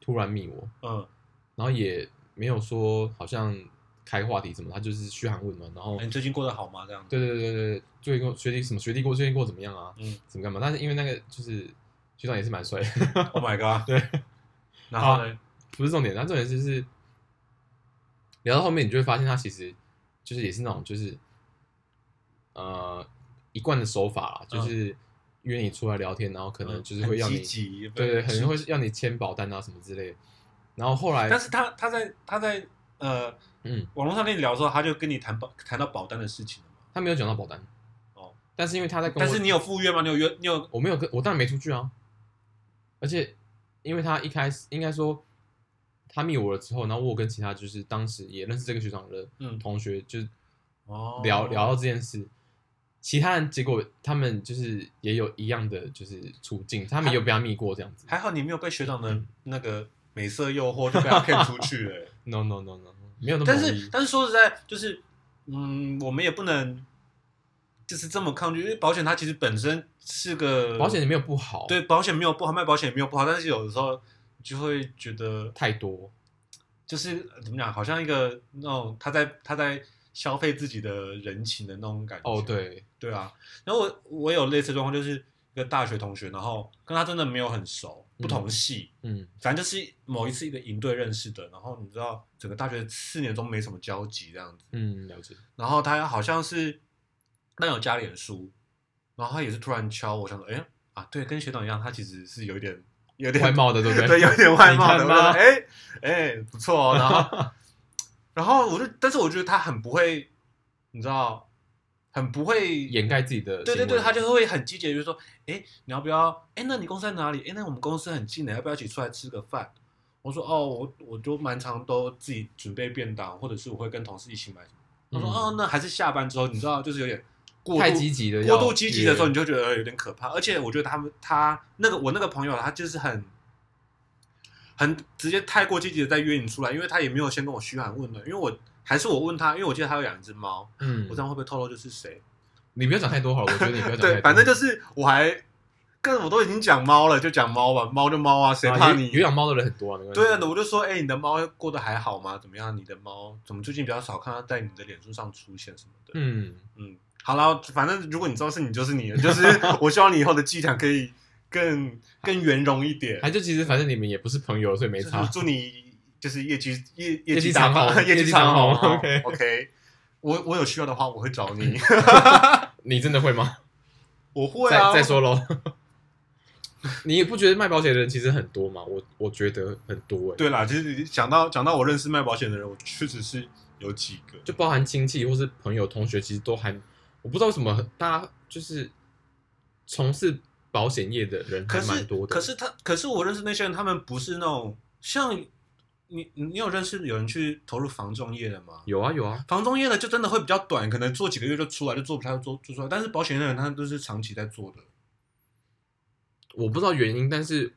Speaker 1: 突然密我，
Speaker 3: 嗯，
Speaker 1: 然后也没有说好像开话题什么，他就是嘘寒问暖，然后
Speaker 2: 哎、你最近过得好吗？这样子。
Speaker 1: 对对对对对，最近跟我学弟什么学弟过最近过得怎么样啊？
Speaker 3: 嗯，
Speaker 1: 怎么干嘛？但是因为那个就是学长也是蛮帅的，
Speaker 3: Oh my god！
Speaker 1: 对，
Speaker 3: 然后呢？
Speaker 1: 不是重点，那重点就是聊到后面，你就会发现他其实就是也是那种就是呃一贯的手法啦，
Speaker 2: 嗯
Speaker 1: 就是约你出来聊天，然后可能就是会要
Speaker 3: 很
Speaker 1: 你、
Speaker 3: 积极，
Speaker 1: 对对，可
Speaker 3: 是
Speaker 1: 能会要你签保单啊什么之类的。然后后来
Speaker 2: 但是他他在他在呃
Speaker 1: 嗯，
Speaker 2: 网络上跟你聊的时候，他就跟你谈保谈到保单的事情了嘛。
Speaker 1: 他没有讲到保单
Speaker 2: 哦，
Speaker 1: 但是因为他在跟我，
Speaker 2: 但是你有赴约吗？你有约？你有？
Speaker 1: 我没有跟我当然没出去啊，而且因为他一开始应该说他密我了之后，然后我跟其他就是当时也认识这个学长的
Speaker 2: 嗯
Speaker 1: 同学，就是
Speaker 2: 哦
Speaker 1: 聊聊到这件事，其他人结果他们就是也有一样的就是处境，他们也有被他密过这样子。
Speaker 2: 还好你没有被学长
Speaker 1: 嗯
Speaker 2: 的那个美色诱惑，
Speaker 3: 我就被他骗出去 了。
Speaker 1: No no no no，没有那么
Speaker 2: 但
Speaker 1: 容
Speaker 2: 是
Speaker 1: 易。
Speaker 2: 但是说实在，就是嗯，我们也不能就是这么抗拒，因为保险它其实本身是个
Speaker 1: 保险也没有不好，
Speaker 2: 对，保险没有不好，卖保险也没有不好，但是有的时候你就会觉得
Speaker 1: 太多。
Speaker 2: 就是呃怎么讲，好像一个那种他在他在消费自己的人情的那种感觉。
Speaker 1: 哦，对，
Speaker 2: 对啊，然后我我有类似的状况，就是一个大学同学，然后跟他真的没有很熟，不同系。
Speaker 1: 嗯，
Speaker 2: 反正就是某一次一个营队认识的，然后你知道整个大学四年中没什么交集这样子，
Speaker 1: 嗯，了解。
Speaker 2: 然后他好像是那有加脸书，然后他也是突然敲我，想说，哎、啊，对，跟学长一样，他其实是有一点有点
Speaker 1: 外貌的对不对？
Speaker 2: 对，有点外貌的，
Speaker 1: 你看
Speaker 2: 我就
Speaker 1: 吧
Speaker 2: 说哎哎、不错哦，然后然后我就，但是我觉得他很不会你知道，很不会
Speaker 1: 掩盖自己的行为。
Speaker 2: 对对对，他就会很积极，就说：“哎，你要不要？哎，那你公司在哪里？哎，那我们公司很近的，要不要一起出来吃个饭？”我说：“哦，我我就蛮常都自己准备便当，或者是我会跟同事一起买。”他说：“
Speaker 1: 嗯
Speaker 2: 哦，那还是下班之后，你知道，就是有点过
Speaker 1: 太
Speaker 2: 度
Speaker 1: 积极的，
Speaker 2: 过度积极的时候，你就觉得呃有点可怕。而且我觉得他们他那个我那个朋友，他就是很很直接太过积极的在约你出来，因为他也没有先跟我嘘寒问暖，因为我还是我问他，因为我记得他有养一只猫，
Speaker 1: 嗯
Speaker 2: 我这，样会不会透露就是谁？
Speaker 1: 你不要讲太多好了，我觉得你不要讲太
Speaker 2: 对，
Speaker 1: 多，
Speaker 2: 反正就是我还跟我都已经讲猫了，就讲猫吧，猫就猫啊，谁怕你？
Speaker 1: 啊有有养猫的人很多啊，没关系。
Speaker 2: 对啊，我就说，哎、你的猫过得还好吗？怎么样？你的猫怎么最近比较少看它在你的脸书上出现什么的？
Speaker 1: 嗯，
Speaker 2: 嗯，好了，反正如果你知道是你就是你了， 就是我希望你以后的伎俩可以更更圆融一点。
Speaker 1: 还就其实反正你们也不是朋友，所以没差。
Speaker 2: 祝你就是业绩业
Speaker 1: 业
Speaker 2: 业绩
Speaker 1: 绩长
Speaker 2: 大发
Speaker 1: 虹
Speaker 2: 业
Speaker 1: 业
Speaker 2: 绩
Speaker 1: 绩长
Speaker 2: 虹。
Speaker 1: 虹
Speaker 2: 哦
Speaker 1: OK
Speaker 2: OK，我我有需要的话我会找你，
Speaker 1: 你真的会吗？
Speaker 2: 我会
Speaker 1: 再
Speaker 2: 啊。
Speaker 1: 再说喽。 你也不觉得卖保险的人其实很多吗？我我觉得很多哎、
Speaker 3: 对啦，其实你讲到讲到我认识卖保险的人，我确实是有几个，
Speaker 1: 就包含亲戚或是朋友、同学，其实都还我不知道为什么大家就是从事保险业的人还
Speaker 2: 可
Speaker 1: 蛮
Speaker 2: 是
Speaker 1: 多的。
Speaker 2: 可是他可是我认识那些人，他们不是那种像你你有认识有人去投入房仲业的吗？
Speaker 1: 有啊有啊，
Speaker 2: 房仲业的就真的会比较短，可能做几个月就出来，就做不太做做出来。但是保险业的人他们都是长期在做的。
Speaker 1: 我不知道原因，但是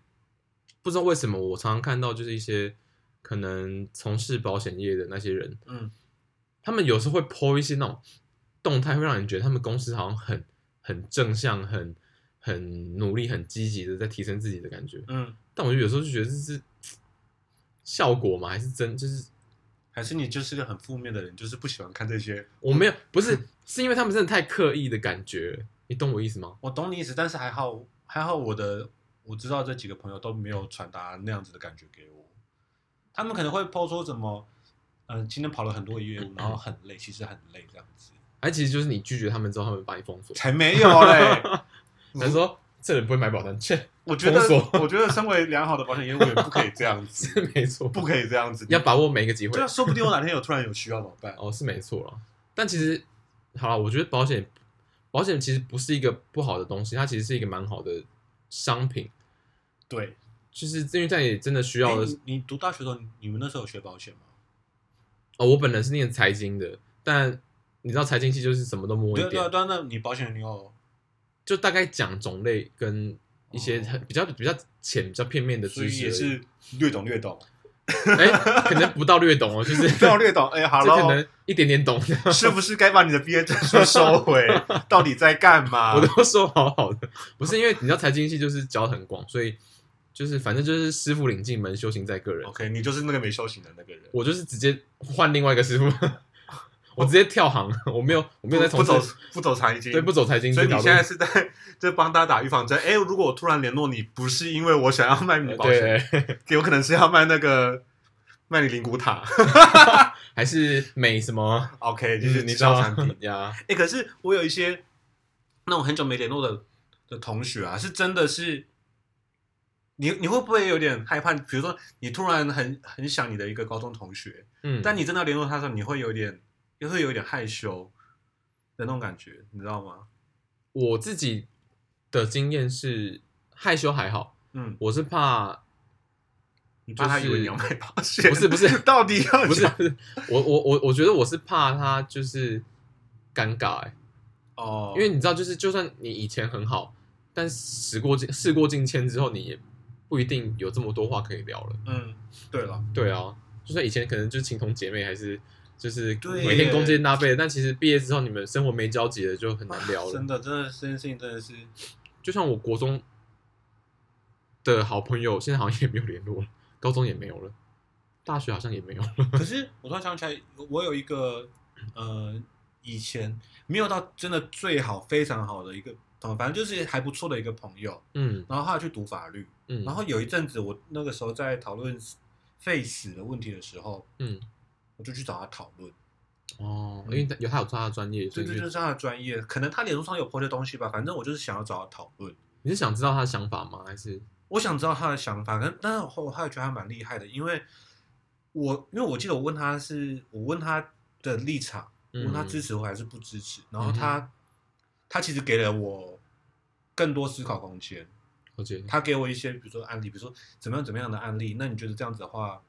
Speaker 1: 不知道为什么我常常看到就是一些可能从事保险业的那些人，
Speaker 2: 嗯，
Speaker 1: 他们有时候会 po 一些那种动态，会让人觉得他们公司好像很很正向、很很努力、很积极的在提升自己的感觉。
Speaker 2: 嗯，
Speaker 1: 但我就有时候就觉得这是效果吗？还是真？就是
Speaker 2: 还是你就是个很负面的人，就是不喜欢看这些。
Speaker 1: 我没有，不是是因为他们真的太刻意的感觉了，你懂我意思吗？
Speaker 2: 我懂你意思，但是还好还好，我的我知道这几个朋友都没有传达那样子的感觉给我。他们可能会抛出怎么，嗯、今天跑了很多业务，然后很累，其实很累这样子。
Speaker 1: 哎，其实就是你拒绝他们之后，他们把你封锁，
Speaker 3: 才没有 嘞。
Speaker 1: 他说这人不会买保单，切，
Speaker 3: 我觉得
Speaker 1: 封锁，
Speaker 3: 我觉得身为良好的保险业务员不可以这样
Speaker 1: 是
Speaker 3: 子，
Speaker 1: 没错，
Speaker 3: 不可以这样子。
Speaker 1: 要把握每一个机会
Speaker 3: 对啊，。说不定我哪天有突然有需要怎么办？
Speaker 1: 哦，是没错了。但其实，好了，我觉得保险，保险其实不是一个不好的东西，它其实是一个蛮好的商品。
Speaker 3: 对，
Speaker 1: 就是因为在你真的需
Speaker 3: 哎
Speaker 1: 要的
Speaker 2: 诶你你读大学的时候，你你们那时候有学保险吗？
Speaker 1: 哦，我本人是念财经的，但你知道财经系就是什么都摸
Speaker 2: 对
Speaker 1: 一
Speaker 2: 啊对
Speaker 1: 点
Speaker 2: 啊，对啊，那你保险你有
Speaker 1: 就大概讲种类跟一些
Speaker 2: 哦
Speaker 1: 很比较比较浅、比较片面的
Speaker 3: 所
Speaker 1: 知
Speaker 3: 以
Speaker 1: 识
Speaker 3: 也
Speaker 1: 而已，
Speaker 3: 是略懂略 懂，
Speaker 1: 哎、可能不到略懂哦， 就是
Speaker 3: 略懂略懂。哎，
Speaker 2: 啊
Speaker 3: 好
Speaker 1: 这可
Speaker 3: 了，
Speaker 1: 能一点点懂，
Speaker 3: 是不是该把你的毕业证书收 回？到底在干嘛？
Speaker 2: 啊
Speaker 1: 我都说好好的，不是因为你知道财经系就是教得很广，所以就是反正就是师傅领进门，修行在个人。
Speaker 3: OK，你就是那个没修行的那个人，
Speaker 1: 我就是直接换另外一个师傅，我直接跳行，我没有我没有在
Speaker 3: 不
Speaker 1: 从
Speaker 3: 不走
Speaker 1: 事，
Speaker 3: 不走财经，
Speaker 1: 对不走财经
Speaker 3: 所以
Speaker 1: 这
Speaker 3: 你
Speaker 1: 条
Speaker 3: 现
Speaker 1: 路。
Speaker 3: 在是在在帮大家打预防针。哎，如果我突然联络你，不是因为我想要卖你
Speaker 1: 呃
Speaker 3: 保险，
Speaker 1: 对，
Speaker 3: 有可能是要卖那个卖你灵骨 塔。
Speaker 1: 还是美什么？
Speaker 3: OK，就
Speaker 1: 就是是嗯你
Speaker 3: 直
Speaker 1: 知
Speaker 3: 销
Speaker 1: 道
Speaker 3: 产品。
Speaker 1: 呀，
Speaker 2: 哎、可是我有一些那种很久没联络的的同学啊，是真的是，你你会不会有点害怕？比如说你突然很很想你的一个高中同学，
Speaker 1: 嗯，
Speaker 2: 但你真的联络他的时候，你会有点，也会有点害羞的那种感觉，你知道吗？
Speaker 1: 我自己的经验是害羞还好，
Speaker 2: 嗯，
Speaker 1: 我是 怕
Speaker 3: 你怕他以为你要卖保险？
Speaker 1: 不是不 是
Speaker 3: 到底要
Speaker 1: 不是
Speaker 3: 讲
Speaker 1: 不是，我我我我觉得我是怕他就是尴尬哎、
Speaker 2: 哦，
Speaker 1: 因为你知道，就是就算你以前很好，但时过境事过境迁之后，你也不一定有这么多话可以聊了。
Speaker 2: 嗯，对了，
Speaker 1: 对啊，就算以前可能就是情同姐妹，还是就是
Speaker 2: 对
Speaker 1: 每天
Speaker 2: 耶
Speaker 1: 攻坚搭背，但其实毕业之后你们生活没交集了，就很难聊
Speaker 2: 啊
Speaker 1: 了
Speaker 2: 真。的，真的这件事情真的是，
Speaker 1: 就像我国中的好朋友，现在好像也没有联络了，高中也没有了，大学好像也没有了。
Speaker 2: 可是我突然想起来，我有一个呃，以前没有到真的最好、非常好的一个，哦反正就是还不错的一个朋友，
Speaker 1: 嗯
Speaker 2: 然后他去读法律，
Speaker 1: 嗯，
Speaker 2: 然后有一阵子我那个时候在讨论废死的问题的时候，
Speaker 1: 嗯
Speaker 2: 我就去找他讨论，
Speaker 1: 哦，因为他有他有他的专业，所
Speaker 2: 对
Speaker 1: 以
Speaker 2: 对，这就
Speaker 1: 就是
Speaker 2: 他的专业，可能他脸书上有 po 些东西吧，反正我就是想要找他讨论，
Speaker 1: 你是想知道他的想法吗？还是
Speaker 2: 我想知道他的想法，可能但是我后来觉得他蛮厉害的，因为我因为我记得我问他是我问他的立场，问他支
Speaker 1: 持，
Speaker 2: 持我还是不支持，
Speaker 1: 嗯
Speaker 2: 然后他、他其实给了我更多思考空间，
Speaker 1: 我觉得
Speaker 2: 他给我一些比如说案例，比如说怎么样怎么样的案例，那你觉得这样子的话，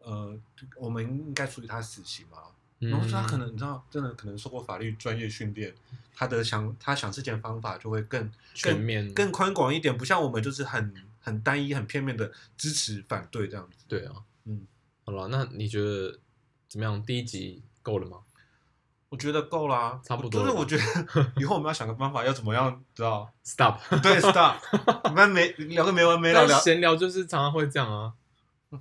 Speaker 2: 呃，我们应该处理他死刑吗？
Speaker 1: 嗯
Speaker 2: 然后说他可能你知道，真的可能受过法律专业训练，他的想他想事情的方法就会更
Speaker 1: 全面
Speaker 2: 更更宽广一点，不像我们就是很很单一、很片面的支持反对这样子。
Speaker 1: 对啊，
Speaker 2: 嗯，
Speaker 1: 好了，那你觉得怎么样？第一集够了吗？
Speaker 2: 我觉得够啦，
Speaker 1: 差不多
Speaker 2: 就是
Speaker 1: 了
Speaker 2: 我 觉得以后我们要想个办法，要怎么样，知道？
Speaker 1: Stop，
Speaker 2: 对，stop，我们没聊个没完没了，
Speaker 1: 但
Speaker 2: 聊
Speaker 1: 闲聊就是常常会这样啊，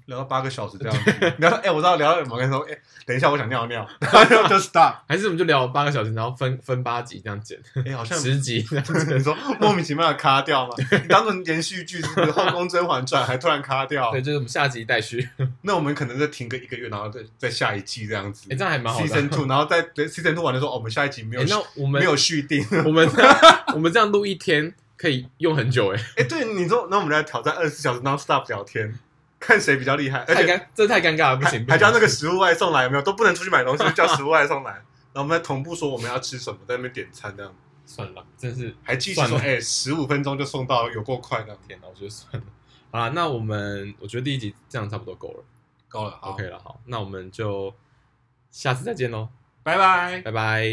Speaker 2: 聊到八个小时这样子。聊到哎、我知道聊到某个人说，哎、等一下，我想尿 尿，然后就就 stop。
Speaker 1: 还是我们就聊八个小时，然后分分八集这样剪，
Speaker 2: 哎、好像
Speaker 1: 十集这样
Speaker 2: 你
Speaker 1: 剪，
Speaker 2: 说莫名其妙的卡掉嘛？你当成连续剧是不是？后宫甄嬛传还突然卡掉
Speaker 1: 对，，就是我们下集待续，
Speaker 2: 那我们可能再停个一个月，然后再再下一季这样子。
Speaker 1: 哎，这样还蛮好的。
Speaker 2: season two，然后再对 season two 完的时候，哦我们下一集没有
Speaker 1: 哎，那我们
Speaker 2: 没有 续订。
Speaker 1: 我们我们这样录一天可以用很久哎，
Speaker 2: 哎，对，你说，那我们来挑战二十四小时 non stop 聊天，看谁比较厉害，而
Speaker 1: 太
Speaker 2: 且
Speaker 1: 尴，这太尴尬了，不
Speaker 2: 还
Speaker 1: 行，不
Speaker 2: 还
Speaker 1: 行
Speaker 2: 叫那个食物外送来，有没有都不能出去买东西，就叫食物外送来，然后我们再同步说我们要吃什么，在那边点餐这样，
Speaker 1: 算了，真是
Speaker 2: 还记起
Speaker 1: 算了
Speaker 2: 说，哎，十五分钟就送到，有够快的，
Speaker 1: 天哪，啊我觉得算了。好啦，那我们我觉得第一集这样差不多够了
Speaker 2: 够了，好
Speaker 1: ，OK 了，好，那我们就下次再见喽，
Speaker 2: 拜拜。
Speaker 1: 拜拜。